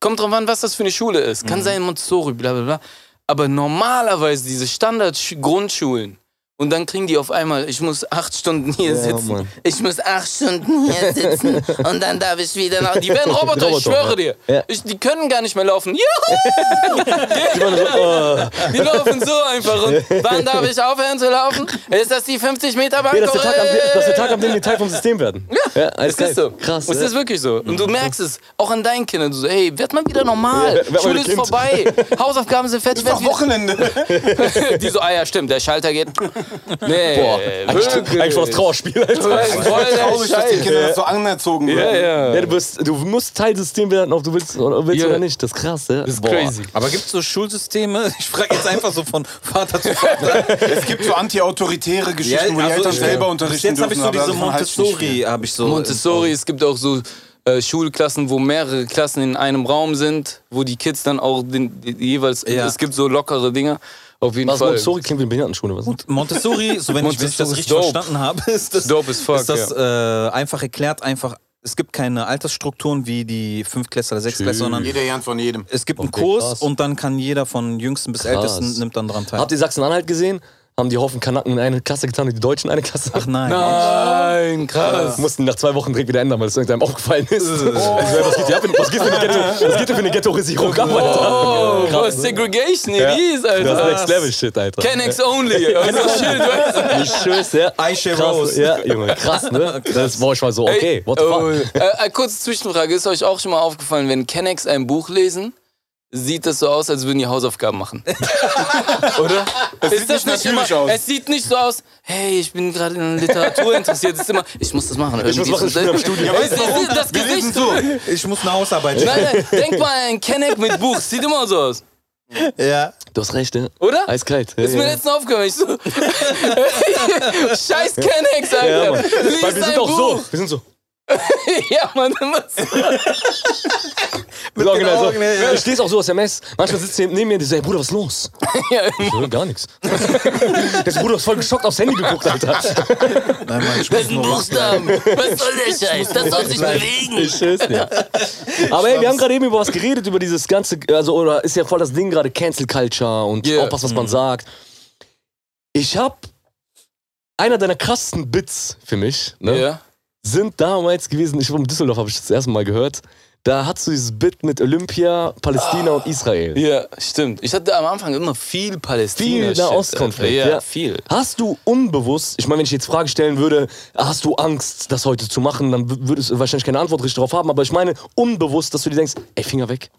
B: kommt drauf an, was das für eine Schule ist.
A: Mhm.
B: Kann sein Montessori, bla bla bla. Aber normalerweise diese Standard-Grundschulen. Und dann kriegen die auf einmal, ich muss acht Stunden hier
A: Ja,
B: sitzen.
A: Mann.
B: Ich muss acht Stunden hier sitzen. und dann darf ich wieder nach. Die werden Roboter, ich
A: Roboter,
B: schwöre
A: ja.
B: dir.
A: Ja.
B: Ich, die können gar nicht mehr laufen. Juhu!
A: Die waren so, äh,
B: Die laufen so einfach. Und wann darf ich aufhören zu laufen? Ist das die 50-Meter-Bank?
A: Ja, das ist der Tag, am, dem- das ist der Tag, an dem die Teil vom System werden. Ja, alles
B: Es ist
A: geil.
B: so.
A: Krass.
B: Es
A: ja.
B: ist wirklich so. Und du merkst es auch an deinen Kindern. Du so, hey, werd mal wieder normal.
A: werd mal
B: Schule
A: wieder
B: ist
A: Kind.
B: vorbei. Hausaufgaben sind fertig.
D: Ist doch
B: Werd wieder.
D: Wochenende.
B: Die so, ah ja, stimmt, der Schalter geht. Nee,
A: Boah, eigentlich,
B: wirklich.
A: eigentlich war das Trauerspiel, Alter.
B: Voll der
D: Traurig, dass die
B: Scheiß.
D: Kinder das so anerzogen
B: Ja,
D: werden.
B: ja.
A: Ja, du, bist, du musst Teil des Systems werden, ob du willst oder, willst
B: Ja.
A: oder nicht. Das ist krass, ja. Das
B: ist crazy.
C: Aber gibt es so Schulsysteme? Ich frage jetzt einfach so von Vater zu Vater.
D: Es gibt so anti-autoritäre Geschichten, wo die
C: also
D: Eltern
C: ich-
D: selber
C: Bis
D: unterrichten
C: jetzt habe ich
D: dürfen,
C: so
D: aber halt
C: diese
D: davon halte ich nicht viel.
C: Montessori, habe ich so. äh,
B: Montessori, es gibt auch so äh, Schulklassen, wo mehrere Klassen in einem Raum sind, wo die Kids dann auch den, die, jeweils.
C: Ja.
B: Es gibt so lockere Dinger. Auf jeden
A: Was
B: Fall.
A: Montessori klingt wie eine Behindertenschule, was?
C: Montessori, so wenn, ich, wenn ich das
B: Montessori ist
C: richtig
B: dope.
C: verstanden habe, ist das,
B: Dope as fuck,
C: ist das äh, einfach erklärt, einfach es gibt keine Altersstrukturen wie die Fünftklässler, Sechstklässler, sondern
D: Jeder Jan von jedem.
C: es gibt einen
A: Okay,
C: Kurs
A: krass.
C: und dann kann jeder von Jüngsten bis
A: Krass.
C: Ältesten nimmt dann dran teil.
A: Habt ihr Sachsen-Anhalt gesehen? Haben die Haufen Kanaken in eine Klasse getan und die Deutschen in eine Klasse?
C: Ach nein.
B: Nein, krass.
A: Mussten nach zwei Wochen direkt wieder ändern, weil es irgendeinem aufgefallen ist. Ich so, was, geht hier ab? was geht für eine Ghetto, was geht denn für eine Ghettoisierung ab, Alter? ne?
B: Oh, was Segregation,
A: Ja.
B: it is,
A: Das ist Next
B: Alter.
A: Level Shit, Alter.
B: Kennex only. Also shit, weißt du?
A: Ich schwör's, ja.
C: Eiche
A: Krass,
C: raus.
A: Ja, Junge, krass, ne? Das war ich mal so, okay, what the fuck?
B: Oh, äh, äh, kurze Zwischenfrage. Ist euch auch schon mal aufgefallen, wenn Kennex ein Buch lesen, sieht das so aus, als würden die Hausaufgaben machen? Oder? ist
D: sieht nicht natürlich aus.
B: Es sieht nicht so aus, hey, ich bin gerade in Literatur interessiert. Es ist immer, ich muss das machen.
A: Ich muss machen, ich bin am Studium.
B: Das, das, das
D: Wir
B: Gesicht.
D: lesen so.
C: Ich muss eine Hausarbeit schreiben.
B: Nein, nein, denk mal an Kennex mit Buch. Sieht immer so aus.
C: Ja.
A: Du hast recht, ne?
B: Oder?
A: Eiskalt.
B: Ist mir letztens aufgehört. Ich so, Scheiß Kennex, Alter.
A: Ja, Mann.
B: Lies
A: Weil wir
B: dein
A: sind auch
B: Buch.
A: so, wir sind so.
B: Ja, Mann, immer so.
A: Wir sind original
C: Augen, ne,
A: genau so. Ich lese auch so aus MS. Manchmal sitzt neben, neben mir und die so, ey Bruder, was ist los? Ich höre gar nichts. Der so, Bruder ist voll geschockt aufs Handy geguckt, Alter.
C: Nein, Mann, ich
B: Das
C: muss
B: ist ein
C: nur was.
B: Buchstaben. Was soll der Scheiß? Das soll sich bewegen.
A: Ich schwör's dir. Aber ey, wir haben gerade eben über was geredet, über dieses ganze, also oder ist ja voll das Ding gerade, Cancel Culture und
B: Yeah.
A: aufpassen, was man sagt. Ich hab, einer deiner krassesten Bits für mich, ne,
B: Ja.
A: sind damals gewesen, ich war in Düsseldorf, habe ich das erste Mal gehört, da hast du dieses Bit mit Olympia, Palästina und Israel.
B: ja, stimmt. Ich hatte am Anfang immer viel Palästina.
A: Viel Nahostkonflikt,
B: Ja,
A: ja.
B: viel.
A: Hast du unbewusst, ich meine, wenn ich jetzt Frage stellen würde, hast du Angst, das heute zu machen, dann w- würdest du wahrscheinlich keine Antwort richtig drauf haben, aber ich meine unbewusst, dass du dir denkst, ey, Finger weg,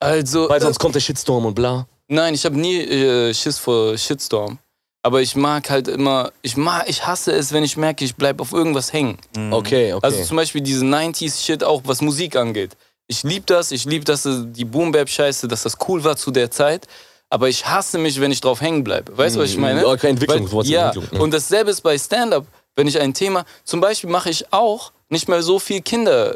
B: Also,
A: weil sonst kommt der Shitstorm und bla.
B: nein, ich habe nie äh, Schiss vor Shitstorm. Aber ich mag halt immer, ich mag, ich hasse es, wenn ich merke, ich bleib auf irgendwas hängen.
A: Okay, okay.
B: Also zum Beispiel diesen 90s-Shit auch, was Musik angeht. Ich lieb das, ich lieb das, äh, die Boom-Bap-Scheiße, dass das cool war zu der Zeit. Aber ich hasse mich, wenn ich drauf hängen bleibe. Weißt du, was ich meine?
A: Mhm. Okay, Entwicklung, du
B: Weil,
A: wolltest
B: ja,
A: Entwicklung, ne?
B: und dasselbe ist bei Stand-Up. Wenn ich ein Thema, zum Beispiel mache ich auch nicht mehr so viel Kinder.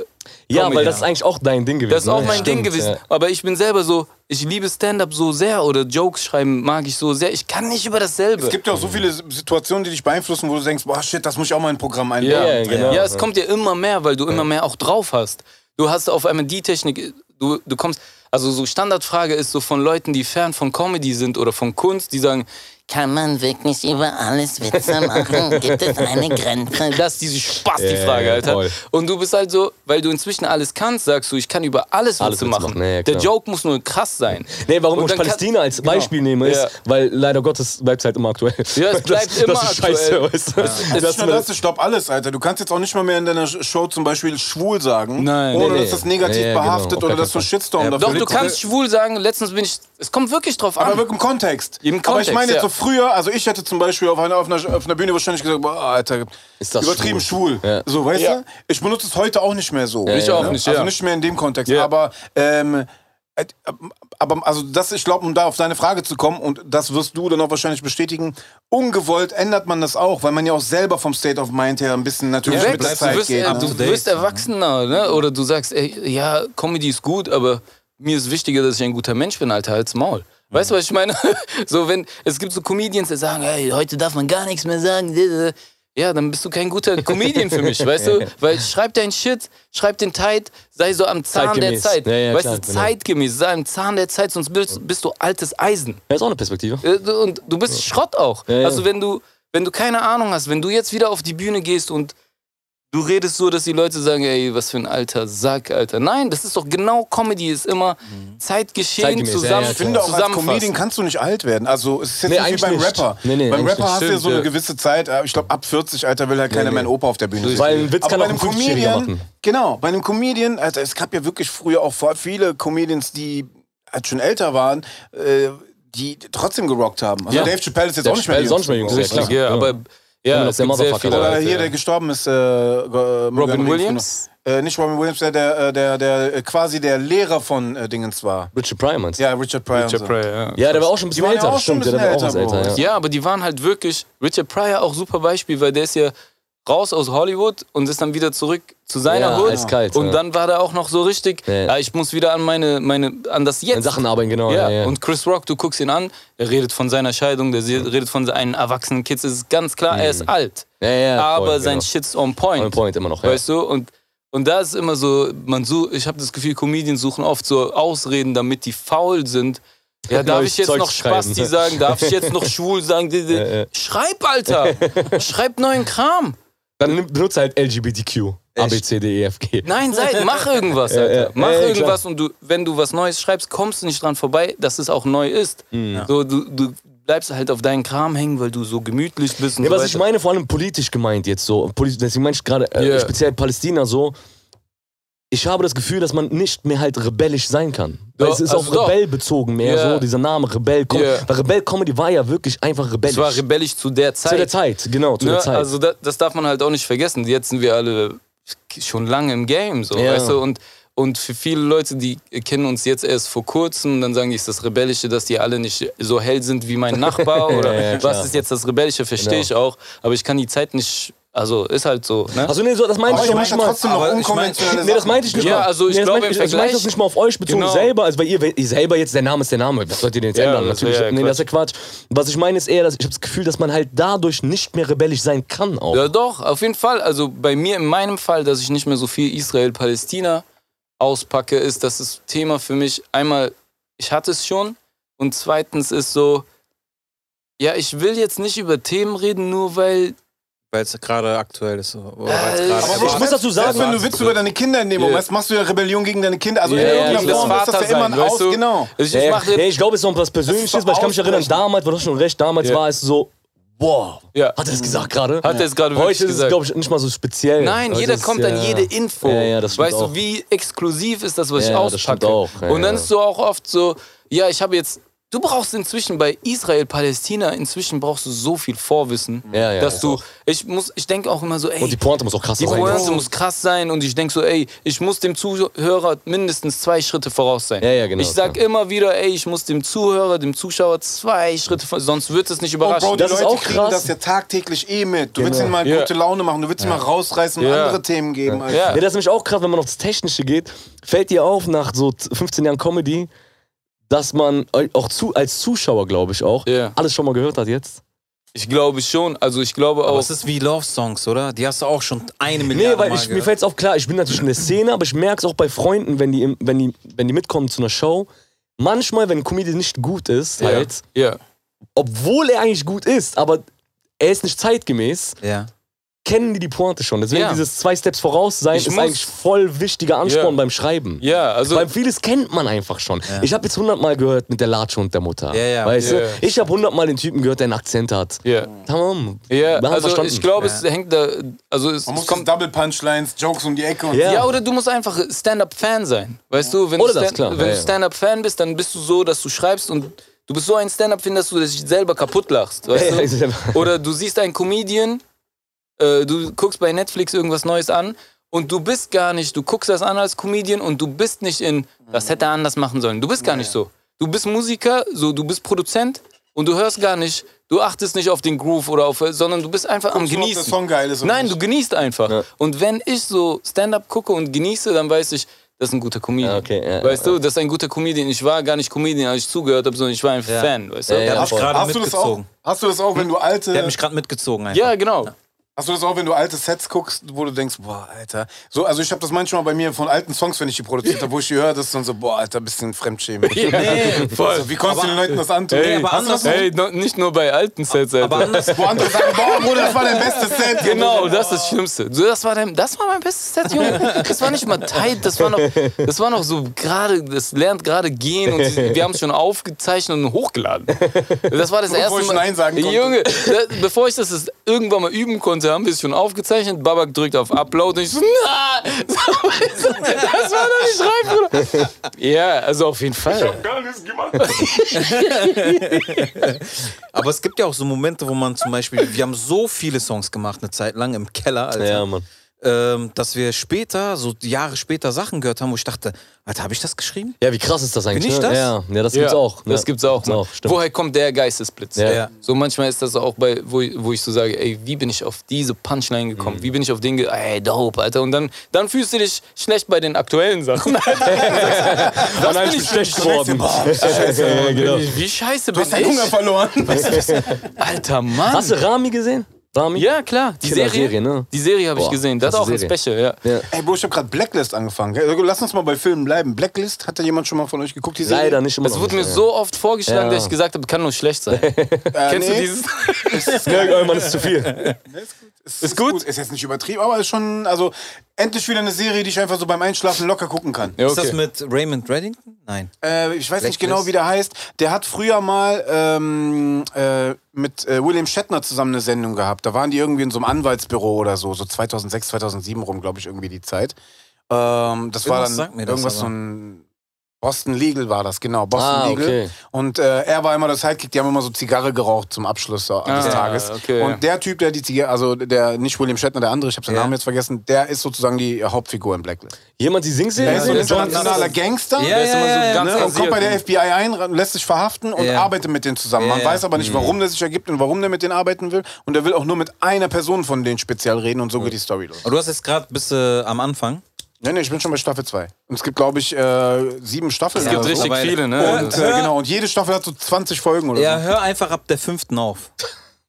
A: ja,
B: Comedy.
A: weil das ist eigentlich auch dein Ding gewesen.
B: Das ist auch
A: ne?
B: mein Ding
A: Stimmt,
B: gewesen.
A: ja.
B: Aber ich bin selber so, ich liebe Stand-Up so sehr oder Jokes schreiben mag ich so sehr. Ich kann nicht über dasselbe.
D: Es gibt ja auch so viele Situationen, die dich beeinflussen, wo du denkst, boah shit, das muss ich auch mal in ein Programm einbauen.
B: Ja,
A: Ja, genau.
B: ja, es kommt ja immer mehr, weil du immer mehr auch drauf hast. Du hast auf einmal die Technik, du, du kommst, also so Standardfrage ist so von Leuten, die fern von Comedy sind oder von Kunst, die sagen,
G: Kann man wirklich über alles Witze machen? Gibt es eine Grenze?
B: das ist diese Spaß, die
A: Ja,
B: Frage,
A: ja,
B: Alter.
A: voll.
B: Und du bist halt so, weil du inzwischen alles kannst, sagst du, ich kann über alles,
A: Alles
B: Witze
A: Witze
B: machen.
A: machen, ja, ja,
B: Der
A: klar.
B: Joke muss nur krass sein.
A: Nee, warum
B: Und
A: ich
B: dann kann- Genau.
A: Palästina als Beispiel nehme, ist,
B: Ja.
A: weil leider Gottes bleibt es halt immer aktuell.
B: Ja, es bleibt
A: das,
B: immer
A: das ist scheiße,
B: aktuell.
A: Weißt du? Das,
D: Das ist
A: ist
D: schon das, ich glaub alles, Alter. Du kannst jetzt auch nicht mal mehr in deiner Show zum Beispiel schwul sagen,
B: Nein.
D: ohne
A: Nee, nee.
D: dass das negativ
A: Ja, ja, genau.
D: behaftet
A: Auf gar
D: oder
A: keinen
D: dass du einen
A: Fall.
D: Shitstorm dafür
B: Doch, du kannst schwul sagen, letztens bin ich, es kommt wirklich drauf an.
D: Aber wirklich im Kontext.
B: Im
D: aber
B: Kontext,
D: ich meine jetzt
B: ja.
D: so früher, also ich hätte zum Beispiel auf einer, auf einer, auf einer Bühne wahrscheinlich gesagt, boah, Alter,
A: Ist das
D: übertrieben schwul.
A: Ja.
D: So, weißt
B: Ja.
D: du? Ich benutze es heute auch nicht mehr so.
B: Ich
D: ne?
B: auch nicht, ja.
D: Also nicht mehr in dem Kontext.
B: Ja.
D: Aber, ähm, äh, aber also das, ich glaube, um da auf deine Frage zu kommen, und das wirst du dann auch wahrscheinlich bestätigen, ungewollt ändert man das auch, weil man ja auch selber vom State of Mind her ein bisschen natürlich
B: Ja,
D: mit der
B: bleibst- du
D: Zeit
B: wirst,
D: geht.
A: um
B: äh,
D: ne?
B: du wirst erwachsener, ne? Oder du sagst, ey, ja, Comedy ist gut, aber mir ist wichtiger, dass ich ein guter Mensch bin, Alter, als Maul. Weißt du, was ich meine? so, wenn, es gibt so Comedians, die sagen, hey, heute darf man gar nichts mehr sagen. Ja, dann bist du kein guter Comedian für mich, weißt du? Weil schreib deinen Shit, schreib den Tight, sei so am Zahn
A: Zeitgemäß.
B: der Zeit.
A: Ja, ja,
B: weißt
A: klar,
B: du,
A: genau.
B: zeitgemäß, sei am Zahn der Zeit, sonst bist, bist du altes Eisen.
A: ja, ist auch eine Perspektive.
B: Äh, du- Und du bist Schrott auch.
A: Ja, ja.
B: Also wenn du, wenn du keine Ahnung hast, wenn du jetzt wieder auf die Bühne gehst und du redest so, dass die Leute sagen, ey, was für ein alter Sack, Alter. Nein, das ist doch genau Comedy, ist immer Zeitgeschehen
A: Mhm. Zeitgemäß, ja,
B: zusammen.
A: ja,
D: Ich finde auch als
B: zusammenfassen.
D: Comedian kannst du nicht alt werden. Also es ist jetzt
A: Nee,
D: nicht wie
A: eigentlich
D: beim
A: nicht.
D: Rapper.
A: Nee, nee,
D: beim
A: eigentlich
D: Rapper
A: nicht.
D: hast du ja
B: Stimmt,
D: so eine
B: ja.
D: gewisse Zeit, äh, ich glaube ab 40, Alter, will halt keiner mehr einen Opa auf der Bühne sehen.
A: Weil ein Witz
D: Aber
A: kann
D: bei
A: auch ein
D: einem
A: 50-Jähriger
D: Comedian,
A: machen.
D: genau, bei einem Comedian, Alter, es gab ja wirklich früher auch voll viele Comedians, die halt schon älter waren, äh, die trotzdem gerockt haben. Also
B: Ja.
D: Dave Chappelle ist jetzt
A: Der
D: auch nicht mehr
A: Chappelle ist auch nicht Äh, mehr
D: die
A: jung.
D: Jüngste.
A: Richtig,
B: Ja,
A: Ja. Genau.
B: aber
A: Ja,
B: ja,
A: das
B: es
A: ist der
B: gibt sehr
A: Motherfucker,
B: viele
D: Oder
B: Leute.
D: hier, der gestorben ist, äh, Robin
B: Williams?
D: Äh, nicht Robin Williams, der, der, der, der äh, quasi der Lehrer von äh, Dingens war.
A: Richard Pryor meinst du?
D: Ja, Richard Pryor. und
B: Richard
D: so.
B: Pryor, ja.
A: Ja, der war auch schon ein bisschen
D: waren ja
A: älter.
D: auch schon
A: Stimmt,
D: ein
A: der war auch
D: bisschen
A: was
D: älter,
A: älter.
D: Bro.
A: Ja.
B: Ja, aber die waren halt wirklich. Richard Pryor auch super Beispiel, weil der ist ja raus aus Hollywood und ist dann wieder zurück zu seiner
A: Ja,
B: Hood.
A: eiskalt,
B: und
A: ja.
B: dann war der auch noch so richtig,
A: Ja.
B: ja. ich muss wieder an meine, meine, an das
A: An
B: Jetzt.
A: Sachen arbeiten, genau.
B: ja.
A: Ja, ja.
B: und Chris Rock, du guckst ihn an, er redet von seiner Scheidung, der se- redet von seinen erwachsenen Kids. Es ist ganz klar, er ist alt.
A: Mhm. ja, ja, voll,
B: aber sein
A: genau.
B: Shit's on point.
A: On point immer noch, ja.
B: Weißt du? Und Und da ist immer so, man such, ich habe das Gefühl, Comedians suchen oft so Ausreden, damit die faul sind. Ja, darf
A: Neues
B: ich jetzt
A: Zeug
B: noch Spaß die
A: schreiben.
B: sagen? Darf ich jetzt noch schwul sagen? Die- die-
A: Ja, ja.
B: Schreib, Alter! Schreib neuen Kram!
A: Dann nimm- benutze halt LGBTQ. A, B, C, D, E, F, G.
B: Nein, sei, mach irgendwas,
A: Ja,
B: Alter.
A: ja.
B: Mach
A: Ja, ja,
B: irgendwas und du, wenn du was Neues schreibst, kommst du nicht dran vorbei, dass es auch neu ist.
A: Mhm.
B: So, du, du bleibst halt auf deinen Kram hängen, weil du so gemütlich bist. Und
A: Ja,
B: so
A: was ich
B: weiter.
A: meine, vor allem politisch gemeint jetzt so. Poli- Deswegen meine ich gerade äh,
B: Ja.
A: speziell Palästina so. Ich habe das Gefühl, dass man nicht mehr halt rebellisch sein kann. Weil
B: Doch,
A: es ist
B: also
A: auf
B: doch.
A: Rebell bezogen mehr
B: Ja.
A: so, dieser Name Rebell. Com
B: Ja.
A: Weil Rebell Comedy war ja wirklich einfach rebellisch.
B: Es war rebellisch zu der Zeit.
A: zu der Zeit, genau, zu
B: Ne?
A: der Zeit.
B: Also da, das darf man halt auch nicht vergessen. Jetzt sind wir alle schon lange im Game, so,
A: Ja.
B: weißt du? Und, und für viele Leute, die kennen uns jetzt erst vor kurzem, dann sagen die, ist das Rebellische, dass die alle nicht so hell sind wie mein Nachbar oder
A: Ja, ja, klar.
B: was ist jetzt das Rebellische, verstehe
A: Genau.
B: ich auch. Aber ich kann die Zeit nicht, also ist halt so. Ne?
A: also nee, so, das meinte
D: Aber
A: ich
D: ich
A: auch
D: meine
A: nicht
D: ja
A: mal.
D: trotzdem noch
C: aber ich
D: unkonventionelle
A: Nee, das meinte ich nicht
B: Ja,
A: mal.
B: also ich
A: nee, das
B: glaube,
A: meinte
B: im
A: ich, ich meinte das
B: Vergleich-
A: nicht mal auf euch bezogen
B: Genau.
A: selber. Also bei ihr, wenn ihr selber jetzt, der Name ist der Name. Was sollt ihr denn jetzt
B: Ja,
A: ändern?
B: das
A: Natürlich,
B: wär ja
A: nee,
B: Quatsch.
A: das ist ja Quatsch. Was ich meine ist eher, dass ich habe das Gefühl, dass man halt dadurch nicht mehr rebellisch sein kann auch.
B: Ja, doch, auf jeden Fall. Also bei mir, in meinem Fall, dass ich nicht mehr so viel Israel-Palästina auspacke, ist, dass das Thema für mich einmal, ich hatte es schon und zweitens ist so, ja, ich will jetzt nicht über Themen reden, nur weil.
C: Weil es gerade aktuell ist. Oder weil's
B: Äh,
C: gerade
B: aber
D: Aber
A: ich
C: erwartet
D: selbst-
A: muss dazu sagen-
D: selbst wenn du Witz über deine Kinder in dem
B: Ja.
D: Moment machst, machst du ja Rebellion gegen deine Kinder. Also
B: Ja,
D: in
B: ja,
D: irgendeiner
B: gegen das
D: Form ist das ja
B: Vatersein,
D: immer ein
B: weißt
D: Aus,
B: du?
D: genau.
B: Ich,
A: Ja,
B: ich
A: ja.
B: mache
A: ja, ich glaube, es ist auch was Persönliches,
D: Das
A: weil ich kann mich erinnern,
D: Ausbrechen.
A: damals, war doch schon recht, damals
B: Ja.
A: war es so, wow,
B: Ja.
A: hat er es gesagt gerade?
B: Hat er es gerade wirklich
A: Heute ist es,
B: gesagt.
A: glaube ich, nicht mal so speziell.
B: Nein,
A: Heute
B: jeder
A: ist,
B: kommt
A: ja,
B: an jede Info.
A: Ja, ja, das stimmt
B: weißt
A: auch.
B: du, wie exklusiv ist das, was ich
A: Ja, das stimmt
B: auspacke?
A: auch. Ja,
B: und dann
A: ja.
B: ist so auch oft so, ja, ich habe jetzt, du brauchst inzwischen bei Israel, Palästina, inzwischen brauchst du so viel Vorwissen,
A: Ja, ja,
B: dass
A: das
B: du,
A: auch.
B: ich muss, ich denke auch immer so, ey,
A: Und die Pointe muss auch krasser
B: die
A: sein.
B: Pointe muss krass sein und ich denke so, ey, ich muss dem Zuhörer mindestens zwei Schritte voraus sein.
A: Ja, ja, genau,
B: Ich sag
A: klar.
B: immer wieder, ey, ich muss dem Zuhörer, dem Zuschauer zwei Schritte vor, sonst wird es nicht
D: Oh,
B: überraschen.
D: Bro, die
A: Das ist
D: Leute
A: auch
D: kriegen
A: krass.
D: das ja tagtäglich eh mit. Du willst ihnen mal
B: Ja.
D: gute Laune machen, du willst ihnen mal rausreißen und
B: Ja.
D: andere Themen geben. Alter.
B: ja.
A: Ja, das ist nämlich auch krass, wenn man auf das Technische geht, fällt dir auf nach so 15 Jahren Comedy, dass man auch zu, als Zuschauer, glaube ich, auch
B: Ja.
A: alles schon mal gehört hat jetzt.
B: Ich glaube schon, also ich glaube
C: Aber
B: auch.
C: es ist wie Love Songs, oder? Die hast du auch schon eine Milliarde
A: Nee, weil
C: Mal
A: ich, mir
C: gehört.
A: fällt es auch klar, ich bin natürlich in der Szene, aber ich merke es auch bei Freunden, wenn die, im- wenn, die, wenn die mitkommen zu einer Show. Manchmal, wenn ein Comedian nicht gut ist, halt,
B: ja.
A: obwohl er eigentlich gut ist, aber er ist nicht zeitgemäß,
C: Ja.
A: kennen die die Pointe schon. Deswegen
B: Ja.
A: dieses zwei Steps voraus sein
B: Ich
A: ist
B: muss-
A: eigentlich voll wichtiger
B: Ja.
A: Ansporn beim Schreiben.
B: Ja, also
A: Weil vieles kennt man einfach schon. Ich habe jetzt hundertmal gehört mit der Latsche und der Mutter.
C: Ja, ja.
A: weißt
B: Ja.
A: du? Ich habe hundertmal den Typen gehört, der einen Akzent hat.
B: Ja.
A: Tamam.
B: Ja,
A: Wir haben
B: also
A: verstanden.
B: ich glaube, es hängt da. Also es,
D: Man
B: es
D: muss
B: kommt.
D: Double Punchlines, Jokes um die Ecke und
A: Ja.
B: Ja, oder du musst einfach Stand-up-Fan sein. Weißt du, wenn
A: Oder
B: du,
A: das,
B: Stand-
A: klar.
B: wenn
A: Ja,
B: du
A: ja.
B: Stand-up-Fan bist, dann bist du so, dass du schreibst und du bist so ein Stand-up-Fan, dass du dich selber kaputt lachst.
A: Ja, ja, ich
B: Weißt
A: selber.
B: du? Oder du siehst einen Comedian, äh, du guckst bei Netflix irgendwas Neues an und du bist gar nicht, du guckst das an als Comedian und du bist nicht in, das hätte er anders machen sollen. Du bist gar nicht so. Du bist Musiker, so du bist Produzent und du hörst gar nicht, du achtest nicht auf den Groove oder auf, sondern du bist einfach am
D: guckst nur, ob der
B: Genießen.
D: Song geil ist oder
B: Nein,
D: nicht.
B: du genießt einfach. Und wenn ich so Stand-up gucke und genieße, dann weiß ich, das ist ein guter Comedian.
A: Ja, Ah, okay, ja,
B: weißt
A: ja.
B: du, das ist ein guter Comedian. Ich war gar nicht Comedian, als ich zugehört habe, sondern ich war ein Fan, weißt du?
A: Ja, ja.
C: Hab ich gerade
D: Hast du, das auch,
C: mitgezogen.
D: hast du das auch, wenn du
C: Der hat
D: alte,
C: mich gerade mitgezogen. Einfach.
B: Ja, genau.
D: hast du das auch, wenn du alte Sets guckst, wo du denkst, boah, Alter. So, also ich habe das manchmal bei mir von alten Songs, wenn ich die produziert habe, wo ich die höre, das ist dann so, boah, Alter, bisschen Fremdschämen.
C: Nee,
D: Also, wie konntest du den Leuten das antun?
C: Ey, aber andersrum-
B: Hey, no, nicht nur bei alten Sets, Alter.
C: aber anders.
D: Wo andere sagen, boah, Bruder, das war dein bestes Set.
B: Genau, das ist das Schlimmste. So, das, war dein, das war mein bestes Set, Junge. Das war nicht mal tight, das war noch, das war noch so gerade, das lernt gerade gehen und sie- wir haben es schon aufgezeichnet und hochgeladen. Das war das erste
D: ich
B: Mal.
D: Nein sagen konnte.
B: Junge, da, bevor ich das, das irgendwann mal üben konnte, haben wir es schon aufgezeichnet. Babak drückt auf Upload und ich so, na, das war doch nicht reif, Bruder. Ja, also auf jeden Fall.
E: Gar nichts gemacht.
C: Aber es gibt ja auch so Momente, wo man zum Beispiel, wir haben so viele Songs gemacht, eine Zeit lang im Keller, Alter,
A: Ja, Mann.
C: ähm, dass wir später, so Jahre später, Sachen gehört haben, wo ich dachte, Alter, habe ich das geschrieben?
A: Ja, wie krass ist das eigentlich?
C: Bin ich
A: ne?
C: das?
A: Ja, ja, das gibt's
B: ja,
A: auch. ne?
B: Das
A: Ja.
B: gibt's auch. Mann.
A: stimmt.
B: Woher kommt der Geistesblitz?
A: Ja.
C: Ja.
B: So manchmal ist das auch bei, wo, ich- wo ich so sage, ey, wie bin ich auf diese Punchline gekommen?
A: Mhm.
B: Wie bin ich auf den, ge ey, dope, Alter. Und dann, dann fühlst du dich schlecht bei den aktuellen Sachen.
A: oh nein, ich bin schlecht geworden. Ja, genau.
B: Wie Oh, scheiße
D: Du
B: bin
D: hast deinen Hunger
B: ich?
D: verloren.
B: Alter Mann.
A: Hast du Rami gesehen? Sami?
B: Ja, klar. Die
A: Killer
B: Serie,
A: Serie, ne?
B: Die Serie habe ich
A: Boah,
B: gesehen. Das ist
A: krasse
B: auch ein
A: Serie.
B: Special, ja.
A: Ja.
D: Ey, Bro, ich habe gerade Blacklist angefangen. gell? Also, Lass uns mal bei Filmen bleiben. Blacklist, hat da jemand schon mal von euch geguckt? Die Serie?
A: Leider nicht immer
B: Es
A: noch
B: wurde mir
A: nicht,
B: so oft vorgeschlagen,
A: Ja.
B: dass ich gesagt habe, kann nur schlecht sein. Kennst du
D: Äh, nee.
B: dieses?
A: ja. Ja, irgendwann ist es zu viel.
D: Ist, gut? Ist jetzt nicht übertrieben, aber ist schon, also endlich wieder eine Serie, die ich einfach so beim Einschlafen locker gucken kann.
B: Ja,
C: Ist das
B: okay.
C: mit Raymond Reddington? Nein.
D: Äh, ich weiß nicht
C: Blacklist.
D: genau, wie der heißt. Der hat früher mal ähm, äh, mit äh, William Shatner zusammen eine Sendung gehabt. Da waren die irgendwie in so einem Anwaltsbüro oder so, so 2006, 2007 rum, glaube ich, irgendwie die Zeit. Ähm, das war
C: Irgendwas
D: dann
C: sagt mir das
D: irgendwas
C: aber.
D: so ein Boston Legal war das, genau. Boston
A: Ah,
D: Legal.
A: okay.
D: Und äh, er war immer der Sidekick, die haben immer so Zigarre geraucht zum Abschluss so, des
B: Ah,
D: Tages.
B: okay.
D: Und der Typ, der die Zigarre, also der, nicht William Shatner, der andere, ich habe seinen
C: Ja.
D: Namen jetzt vergessen, der ist sozusagen die Hauptfigur in Blacklist.
A: Jemand die Singserie?
D: Er ist so ein
B: der ist immer-
D: internationaler Gangster.
C: Ja, ja, ja,
B: ganz
C: ja,
D: Ne? Und kommt
B: rasiert.
D: bei der FBI ein, ra- lässt sich verhaften und
C: Ja.
D: arbeitet mit denen zusammen. Man
C: Ja. Mhm.
D: weiß aber nicht, warum der sich ergibt und warum der mit denen arbeiten will. Und er will auch nur mit einer Person von denen speziell reden
C: Mhm.
D: und so geht die Story los.
C: Aber du hast jetzt gerade bis äh, am Anfang.
D: Nee, nee, ich bin schon bei Staffel 2. Und es gibt, glaube ich, äh, sieben Staffeln.
B: Es gibt
D: oder so.
B: richtig
C: Mittlerweile.
B: viele, ne?
D: Und, äh, genau, und jede Staffel hat so 20 Folgen
A: Mhm.
D: oder
C: Ja,
D: so.
C: hör einfach ab der fünften auf.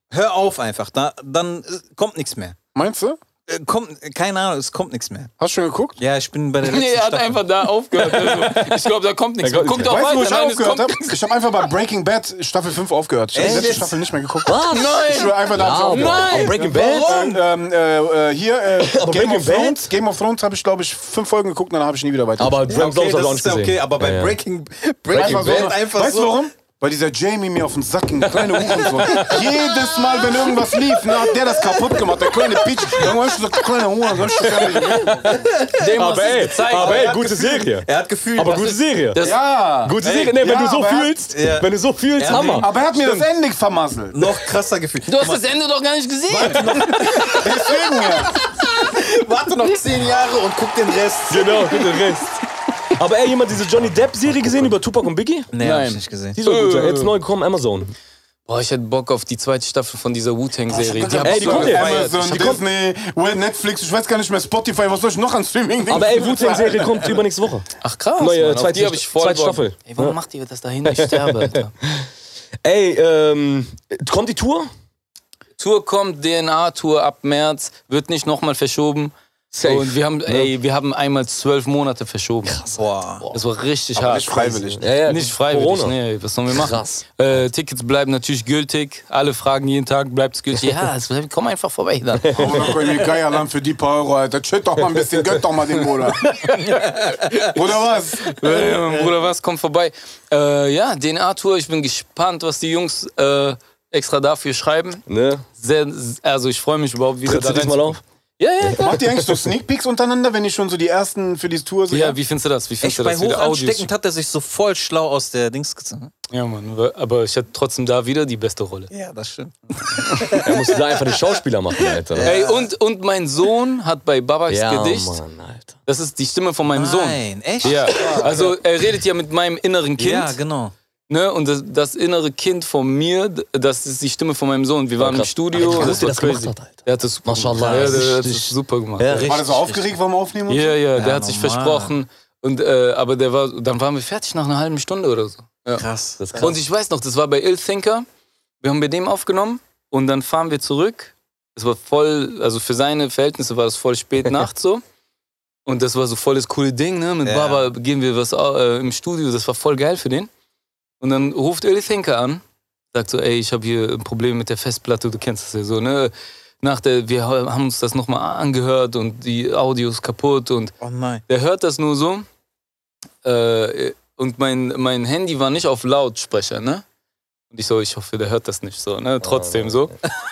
C: Hör auf einfach. Da, dann äh, kommt nichts mehr.
D: Meinst du?
C: Äh, Kommt, äh, keine Ahnung, es kommt nichts mehr.
D: Hast du schon geguckt?
C: Ja, ich bin bei der letzten
B: Nee, er hat
C: Staffel.
B: einfach da aufgehört. Also, ich glaube, da kommt nichts.
A: Da
B: mehr.
A: kommt
B: Guck
A: nichts
B: doch
D: Weißt
B: weiter.
D: du, wo ich
B: Nein, es
D: aufgehört
B: kommt
D: habe? Ich habe einfach bei Breaking Bad Staffel 5 aufgehört. Ich habe die
C: Echt?
D: letzte Staffel nicht mehr geguckt.
B: Nein!
D: Ich will einfach da
A: Ah,
D: aufgehört.
A: Nein! Breaking Bad?
D: Und, ähm, äh, äh, hier, äh, Game,
A: Breaking
D: of Thrones,
A: Bad?
D: Game of Thrones habe ich, glaube ich, fünf Folgen geguckt und dann habe ich nie wieder weiter.
A: Aber
D: geguckt.
A: Bram Stoker habe ich auch nicht
C: ja
A: gesehen.
C: okay, aber bei
A: Ja, ja.
C: Breaking, Breaking,
D: einfach so,
C: Bad einfach
D: weißt du
C: so.
D: warum? Weil dieser Jamie mir auf den Sack ging, kleine Hurensohn. Jedes Mal, wenn irgendwas lief, ne, hat der das kaputt gemacht, der kleine Peach. Dann war ich so, kleine Hurensohn. ich so-
B: Dem hast
A: Aber
B: du's
A: ey,
B: gezeigt.
A: aber
B: Er
A: ey,
B: hat
A: gute Serie.
C: Er hat Gefühl.
A: Aber gute Serie.
B: Das-
D: Ja,
A: Gute Serie. Nee, wenn
D: ja,
A: du so
D: aber er-
A: fühlst,
C: Ja.
A: wenn du so fühlst,
C: Ja, nee.
A: Hammer.
D: aber er hat mir das Ende vermasselt.
C: noch krasser Gefühl.
B: Du hast das Ende doch gar nicht gesehen.
D: Deswegen ja.
C: Warte noch zehn Jahre und guck den Rest.
A: Genau, gut, den Rest. Aber ey, jemand diese Johnny Depp-Serie gesehen über Tupac und Biggie?
C: Nee, hab ich nicht gesehen.
A: Die soll gut sein.
B: Äh.
A: Jetzt neu gekommen, Amazon.
B: Boah, ich hätte Bock auf die zweite Staffel von dieser Wu-Tang-Serie. Die hab
A: Ey,
B: ich
A: die
B: so
A: kommt jetzt.
B: gefeiert.
D: Amazon, Disney, Walt- Netflix, ich weiß gar nicht mehr, Spotify, was soll ich noch an Streaming?
A: Aber ey, Wu-Tang-Serie kommt übernächste Woche.
B: Ach krass,
A: Neue
B: Mann. auf
A: zweite-
B: die habe ich voll
A: zweite
B: Bock.
A: Staffel.
B: Ey, warum macht ihr das dahin? Ich sterbe, Alter.
A: Ey, ähm, kommt die Tour?
B: Tour kommt, DNA-Tour ab März, wird nicht nochmal verschoben.
A: Safe.
B: Und wir haben, ey, wir haben einmal zwölf Monate verschoben. Krass.
C: Boah.
B: Das war richtig
D: Aber
B: hart.
D: nicht freiwillig.
A: Ja, ja,
B: Nicht freiwillig,
A: Corona.
B: nee, was sollen wir machen?
A: Krass.
B: Äh, Tickets bleiben natürlich gültig. Alle fragen jeden Tag, bleibt es gültig? Ja, es bleibt- komm einfach vorbei dann.
D: Aber noch irgendwie Geierland für die paar Euro, Alter. Chill doch mal ein bisschen, gönnt doch mal den Bruder. Oder was?
B: Äh, Bruder, was? Komm vorbei. Äh, ja, DNA-Tour, ich bin gespannt, was die Jungs äh, extra dafür schreiben.
A: Ne?
B: Sehr, also ich freue mich überhaupt wieder
A: Trittst du
B: da
A: diesmal
B: rein-
A: auf?
B: Ja, ja, klar.
D: Macht ihr eigentlich so Sneak Peeks untereinander, wenn ihr schon so die ersten für die Tour seid?
B: Ja, wie findest du das? Wie findest
C: Echt,
B: du
C: bei
B: das? Wie der Audios-
C: hochansteckend hat er sich so voll schlau aus der Dings gezogen.
B: Ja, Mann, aber ich hatte trotzdem da wieder die beste Rolle.
C: Ja, das stimmt.
A: Er muss da einfach den Schauspieler machen, Alter.
B: Ey, und, und mein Sohn hat bei Babaks Gedicht,
A: Mann, Alter.
B: das ist die Stimme von meinem Sohn.
C: Nein, echt?
B: Ja, also er redet ja mit meinem inneren Kind,
C: Ja, genau.
B: ne? Und das, das innere Kind von mir, d- das ist die Stimme von meinem Sohn. Wir waren im
A: krass.
B: Studio,
A: Ach, wie
B: und
A: gut
B: das
A: der
B: war
A: das gemacht
B: crazy.
A: hat, Alter.
B: Der hat das Ja,
A: Mashallah,
B: der
A: richtig,
B: hat das
A: richtig.
B: super gemacht.
A: Ja,
B: Ja,
A: richtig.
D: War der so aufgeregt beim Aufnehmen? und so?
B: ja, der
C: Ja,
B: hat sich
C: normal.
B: versprochen. Und äh, aber der war, dann waren wir fertig nach einer halben Stunde oder so. Ja.
C: Krass. Das
B: Und ich weiß noch, das war bei Ill Thinker. Wir haben bei dem aufgenommen und dann fahren wir zurück. Es war voll, also für seine Verhältnisse war das voll spät nachts so. Und das war so voll das coole Ding, ne? Mit
C: Ja.
B: Baba gehen wir was äh, im Studio, das war voll geil für den. Und dann ruft Ill Thinker an, sagt so, ey, ich habe hier ein Problem mit der Festplatte, du kennst das ja so, ne? Nach der, wir haben uns das nochmal angehört und die Audio ist kaputt und
C: oh nein.
B: der hört das nur so. Äh, und mein, mein Handy war nicht auf Lautsprecher, ne? Und ich so, ich hoffe, der hört das nicht so, ne? Trotzdem so.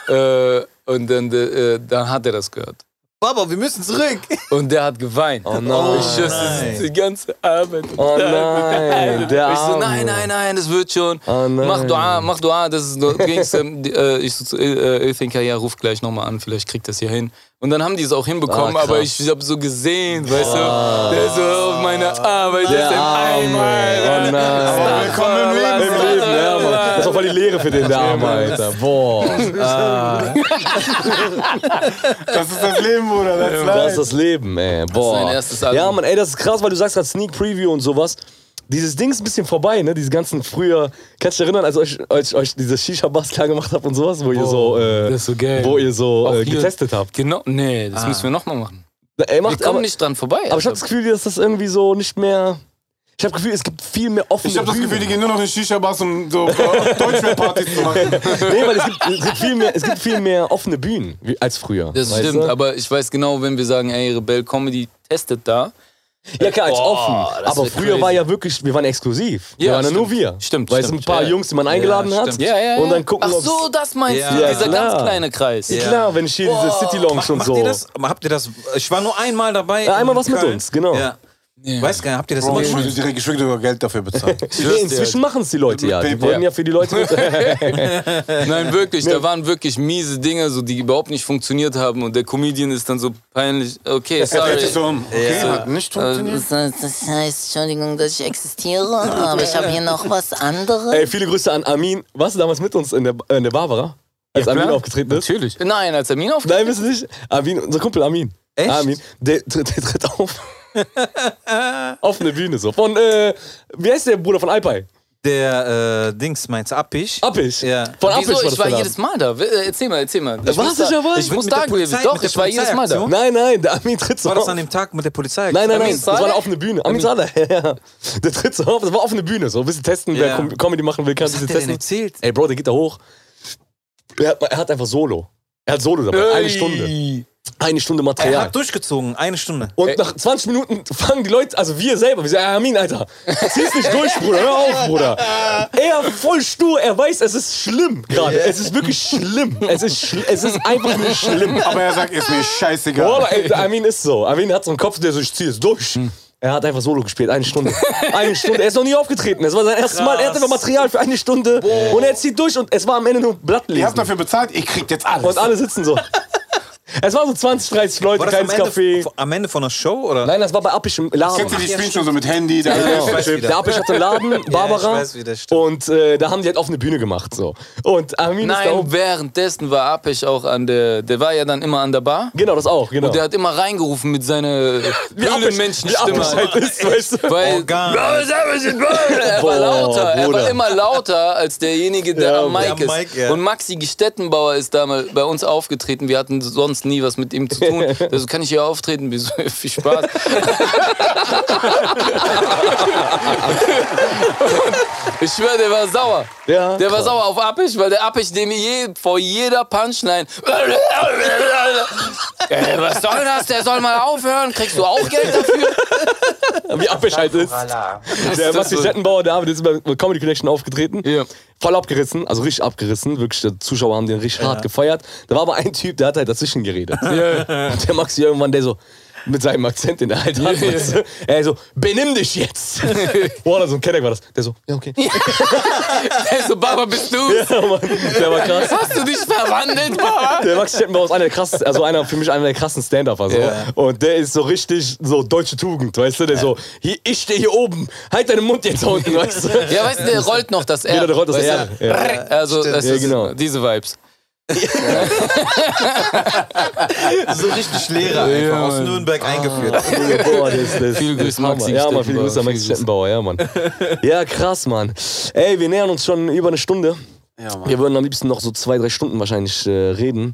A: Oh,
B: Äh, und dann, äh, dann hat er das gehört.
C: Baba, wir müssen zurück.
B: Und der hat geweint.
A: Oh nein.
B: ich schwör's, das
C: nein.
B: ist die ganze Arbeit.
A: Oh nein, der
B: ich so,
A: Arme.
B: nein, nein, nein, das wird schon.
A: Oh nein.
B: Mach Dua, mach Dua, das ist nur ging's, ähm, die, äh, Ich so zu Il- äh, Ilfinker, ja, ruf gleich nochmal an, vielleicht kriegt das hier hin. Und dann haben die es auch hinbekommen,
A: Ah, krass. Ah.
B: aber ich, habe so gesehen, weißt du, der so auf meine Arbeit
A: Der
B: ist im
A: Arme.
B: Eimer.
A: Oh nein.
D: Willkommen im Leben.
A: Im Leben, ja, Mann. Das war voll die Lehre für den Darm, Alter. Boah,
D: Das ist das Leben, Bruder. Das ist
A: das ist
D: live.
A: das Leben, ey. Boah.
B: Das ist mein erstes Album.
A: Ja, Mann, ey, das ist krass, weil du sagst gerade Sneak Preview und sowas. dieses Ding ist ein bisschen vorbei, ne? Diese ganzen früher. Kannst du dich erinnern, als euch, als ich euch diese Shisha-Bars klar gemacht habt und sowas, wo ihr so, äh,
B: das ist so geil.
A: wo ihr so
B: Auch
A: äh,
B: hier.
A: getestet habt?
B: Genau, nee, das müssen wir nochmal machen.
A: Ey,
B: Wir
A: macht,
B: kommen
A: aber,
B: nicht dran vorbei.
A: aber ich habe das Gefühl, dass das irgendwie so nicht mehr. Ich habe das Gefühl, es gibt viel mehr offene
D: Ich habe das
A: Bühnen.
D: Gefühl, die gehen nur noch in Shisha-Bars, um so Deutschrap-Partys zu machen.
A: nee, weil es gibt, es, gibt viel mehr, es gibt viel mehr offene Bühnen wie, als früher.
B: das
A: weißt
B: stimmt,
A: du?
B: aber ich weiß genau, wenn wir sagen, ey, Rebell Comedy testet da.
A: Ja klar, als
B: Boah,
A: offen.
B: das
A: Aber
B: wird
A: früher
B: crazy.
A: war ja wirklich, wir waren exklusiv. wir
B: Ja,
A: waren ja nur
B: stimmt.
A: wir.
B: Stimmt,
A: Weil es ein
B: stimmt,
A: paar
B: ja.
A: Jungs, die man eingeladen
C: Ja,
A: hat.
C: stimmt.
A: Und dann gucken,
B: Ach
A: ob's-
B: so, das meinst
C: Ja.
B: du,
C: Ja,
B: dieser
A: klar.
B: ganz kleine Kreis.
A: Klar, wenn ich hier diese City Lounge und
C: Macht
A: so.
C: ihr das? Habt ihr das? Ich war nur einmal dabei.
A: Ja, einmal
C: in
A: was mit
C: Köln.
A: uns, genau.
C: Ja. Weiß gar nicht, habt ihr das
D: Bro,
C: immer
D: ich
C: gemacht?
D: würde direkt ich würde sogar Geld dafür bezahlen.
A: Nee, inzwischen machen es die Leute ja. Die
D: Paper.
A: wollen ja für die Leute.
B: Nein, wirklich, da waren wirklich miese Dinge, so, die überhaupt nicht funktioniert haben und der Comedian ist dann so peinlich. Okay, sorry. Äh,
D: Hätte so, um, okay, hat nicht funktioniert.
G: So, Das heißt, Entschuldigung, dass ich existiere, aber ich habe hier noch was anderes.
A: Ey, viele Grüße an Armin. Warst du damals mit uns in der, äh, in der Barbara? Als Armin
B: klar.
A: aufgetreten ist?
B: Natürlich. Nein, als er mir aufgetreten
A: Nein, wissen nicht. Armin, unser Kumpel Armin.
C: Echt?
A: Armin, der, tritt- der tritt auf.
C: Äh,
A: auf eine Bühne so. Von, äh, wie heißt der Bruder von Alpay?
C: Der äh, Dings meinst du, Appich?
A: Appich.
C: Ja.
A: Von Appich
B: Wieso?
A: war das
B: ich war
A: der
B: jedes Mal da. W- äh, Erzähl mal, erzähl mal. Ich
A: warst
B: muss
A: du
B: da,
A: schon mal?
B: ich muss
C: Mit der
B: da gewesen.
C: Polizei- mit
B: Doch,
C: der
B: ich war jedes Mal da.
C: Polizeiaktion?
A: Nein, nein, der Armin tritt so
C: War das
A: auf.
C: an dem Tag mit der Polizei?
A: Nein, nein,
B: Armin
A: nein, das war
B: Saleh?
A: eine offene Bühne. Armin Saleh, ja, ja. Der tritt so auf, das war offene Bühne. So ein bisschen testen, wer
C: Ja.
A: Com Comedy machen will, kann ein
C: Was
A: bisschen
C: hat der denn
A: testen.
C: erzählt?
A: Ey, Bro, der geht da hoch. Er hat, er hat einfach Solo. Er hat Solo dabei. Eine Stunde. Eine Stunde
C: Er
A: Material.
C: hat durchgezogen, eine Stunde.
A: Und nach 20 Minuten fangen die Leute, also wir selber, wir sagen, "Ah, Armin, Alter, zieh's nicht durch, Bruder, hör auf, Bruder. Er voll stur, er weiß, es ist schlimm gerade. Es ist wirklich schlimm. Es ist, schl es ist einfach nur schlimm.
D: Aber er sagt, ist mir
A: Boah,
D: scheißegal.
A: ey, Armin ist so. Armin hat so einen Kopf, der so, ich zieh es durch.
C: Hm.
A: Er hat einfach Solo gespielt, eine Stunde. Eine Stunde. Er ist noch nie aufgetreten. Es war sein erstes Mal. Er hat einfach Material für eine Stunde. Und er zieht durch und es war am Ende nur
D: Ihr habt
A: Blattlesen.
D: dafür bezahlt, ihr kriegt jetzt alles.
A: Und alle sitzen so. Es waren so 20, 30 Leute,
C: War das am
A: kleines
C: Ende,
A: Café.
C: am Ende von der Show? Oder?
A: Nein, das war bei Appisch im Laden.
D: Kennt ihr die spielen schon so mit Handy? Da
C: ich weiß wieder.
A: Der Appisch hatte einen Laden, Barbara.
C: ich weiß, wie das stimmt.
A: und äh, da haben die halt offene Bühne gemacht. so. Und Armin ist da
B: Nein,
A: oben.
B: währenddessen war Apesh auch an der. Der war ja dann immer an der Bar.
A: Genau, das auch. Genau.
B: Und der hat immer reingerufen mit seiner
A: wie Appisch
B: Höhlenmenschenstimme.
A: halt ist, weißt du?
B: Weil
C: Organ.
B: er war
A: Boah,
B: lauter, er
A: Bruder.
B: war immer lauter als derjenige, der
A: Ja,
B: am
C: der am
B: Mike ist.
C: Mic, ja.
B: Und Maxi Gestettenbauer ist damals bei uns aufgetreten. Wir hatten sonst nie was mit ihm zu tun. Also kann ich hier auftreten, Wieso? viel Spaß. Ich schwöre, der war sauer.
A: Ja.
B: Der war sauer auf Appich, weil der Appich dem je, vor jeder Punchline. Äh, was soll das? Der soll mal aufhören. Kriegst du auch Geld dafür?
A: Wie Appisch halt ist. Der
B: ist
A: Basti
B: so-
A: Schettenbauer, der Arbeit ist bei bei Comedy Connection aufgetreten.
B: Ja.
A: Voll abgerissen, also richtig abgerissen. Wirklich, die Zuschauer haben den richtig hart gefeiert. Da war aber ein Typ, der hat halt dazwischen geredet. Und der Maxi irgendwann, der so mit seinem Akzent, den er halt hat, weißt du, er so, benimm dich jetzt. Boah, so ein Kenneck war das. Der so, ja, okay.
B: Hey, so, Baba, bist du?
A: Ja, Mann, der war krass.
B: Hast du dich verwandelt, Baba?
A: Der Max Schettenbauer ist einer der krassesten, also einer für mich einer der krassen Stand-Upper. So. Und der ist so richtig so deutsche Tugend, weißt du? Der so, hier, ich stehe hier oben, halt deinen Mund jetzt unten, weißt du?
B: Ja, weißt du, der rollt noch das R.
A: Jeder der rollt das
B: Weißt
A: R.
B: du?
A: Ja.
B: Also, das
A: Ja,
B: ist
A: genau.
B: diese Vibes.
C: so richtig Lehrer einfach aus Nürnberg eingeführt.
A: Junge, Boah, das, das,
B: Viele
A: das
B: Grüße,
A: Hammer.
B: Maxi
A: Ja, Mann, viele
B: Stettenbauer.
A: Grüße an Maxi
B: Viele Grüße.
A: Stettenbauer, ja, Mann. Ja, krass, Mann. Ey, wir nähern uns schon über eine Stunde. Wir würden am liebsten noch so zwei, drei Stunden wahrscheinlich äh, reden.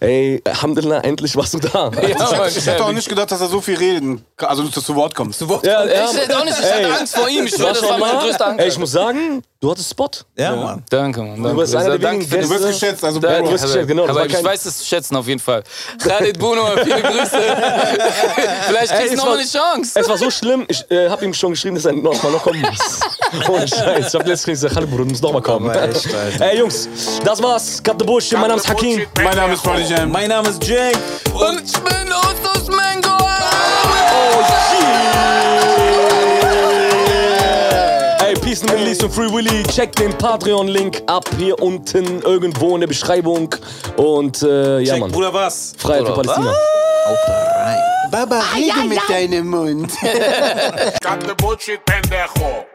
A: Ey, Alhamdulillah, endlich warst du
B: Ja,
A: da.
B: Mann,
D: Ich hätte auch nicht gedacht, dass er so viel reden kann, also dass du zu Wort kommst.
A: Ja, ja,
B: Ich hätte auch nicht, ich
A: Ey.
B: hatte Angst vor ihm. Ich schwöre, das war meine größte
A: Ey,
B: Angst.
A: ich muss sagen, du hattest Spot.
C: Ja, Mann.
B: Danke, Mann. Danke.
A: Du warst einer der
B: Danke
A: wenigen
B: für die
D: Du wirst geschätzt, also
A: Ja, du
D: Bro.
A: wirst geschätzt, genau. Das
B: Aber
A: war
B: ich
A: kein,
B: weiß es zu schätzen auf jeden Fall. Khalid Bruno, viele Grüße. Vielleicht
A: Ey,
B: kriegst
A: es
B: du
A: war-
B: nochmal eine Chance.
A: Es war so schlimm, ich äh, hab ihm schon geschrieben, dass er nochmal noch kommen muss. Ohne Scheiß. Ich hab letztes Mal gesagt, Halle Bruder, du musst nochmal kommen.
C: Aber echt, Alter.
A: Ey Jungs, das war's. Cut the Bullshit, mein Name ist Hakim.
D: Mein Name ist Prodigy M.
C: Äh, Mein Name ist Jake.
B: Und ich bin Ostos Mango.
A: Oh, Ey, Peace and Release und Free Willy. Check den Patreon-Link ab hier unten irgendwo in der Beschreibung. Und äh, ja,
C: Jake,
A: Mann.
C: Bruder, was?
A: Freiheit für Palästina.
D: Baba, rede mit deinem Mund.
E: Cut the bullshit, pendejo.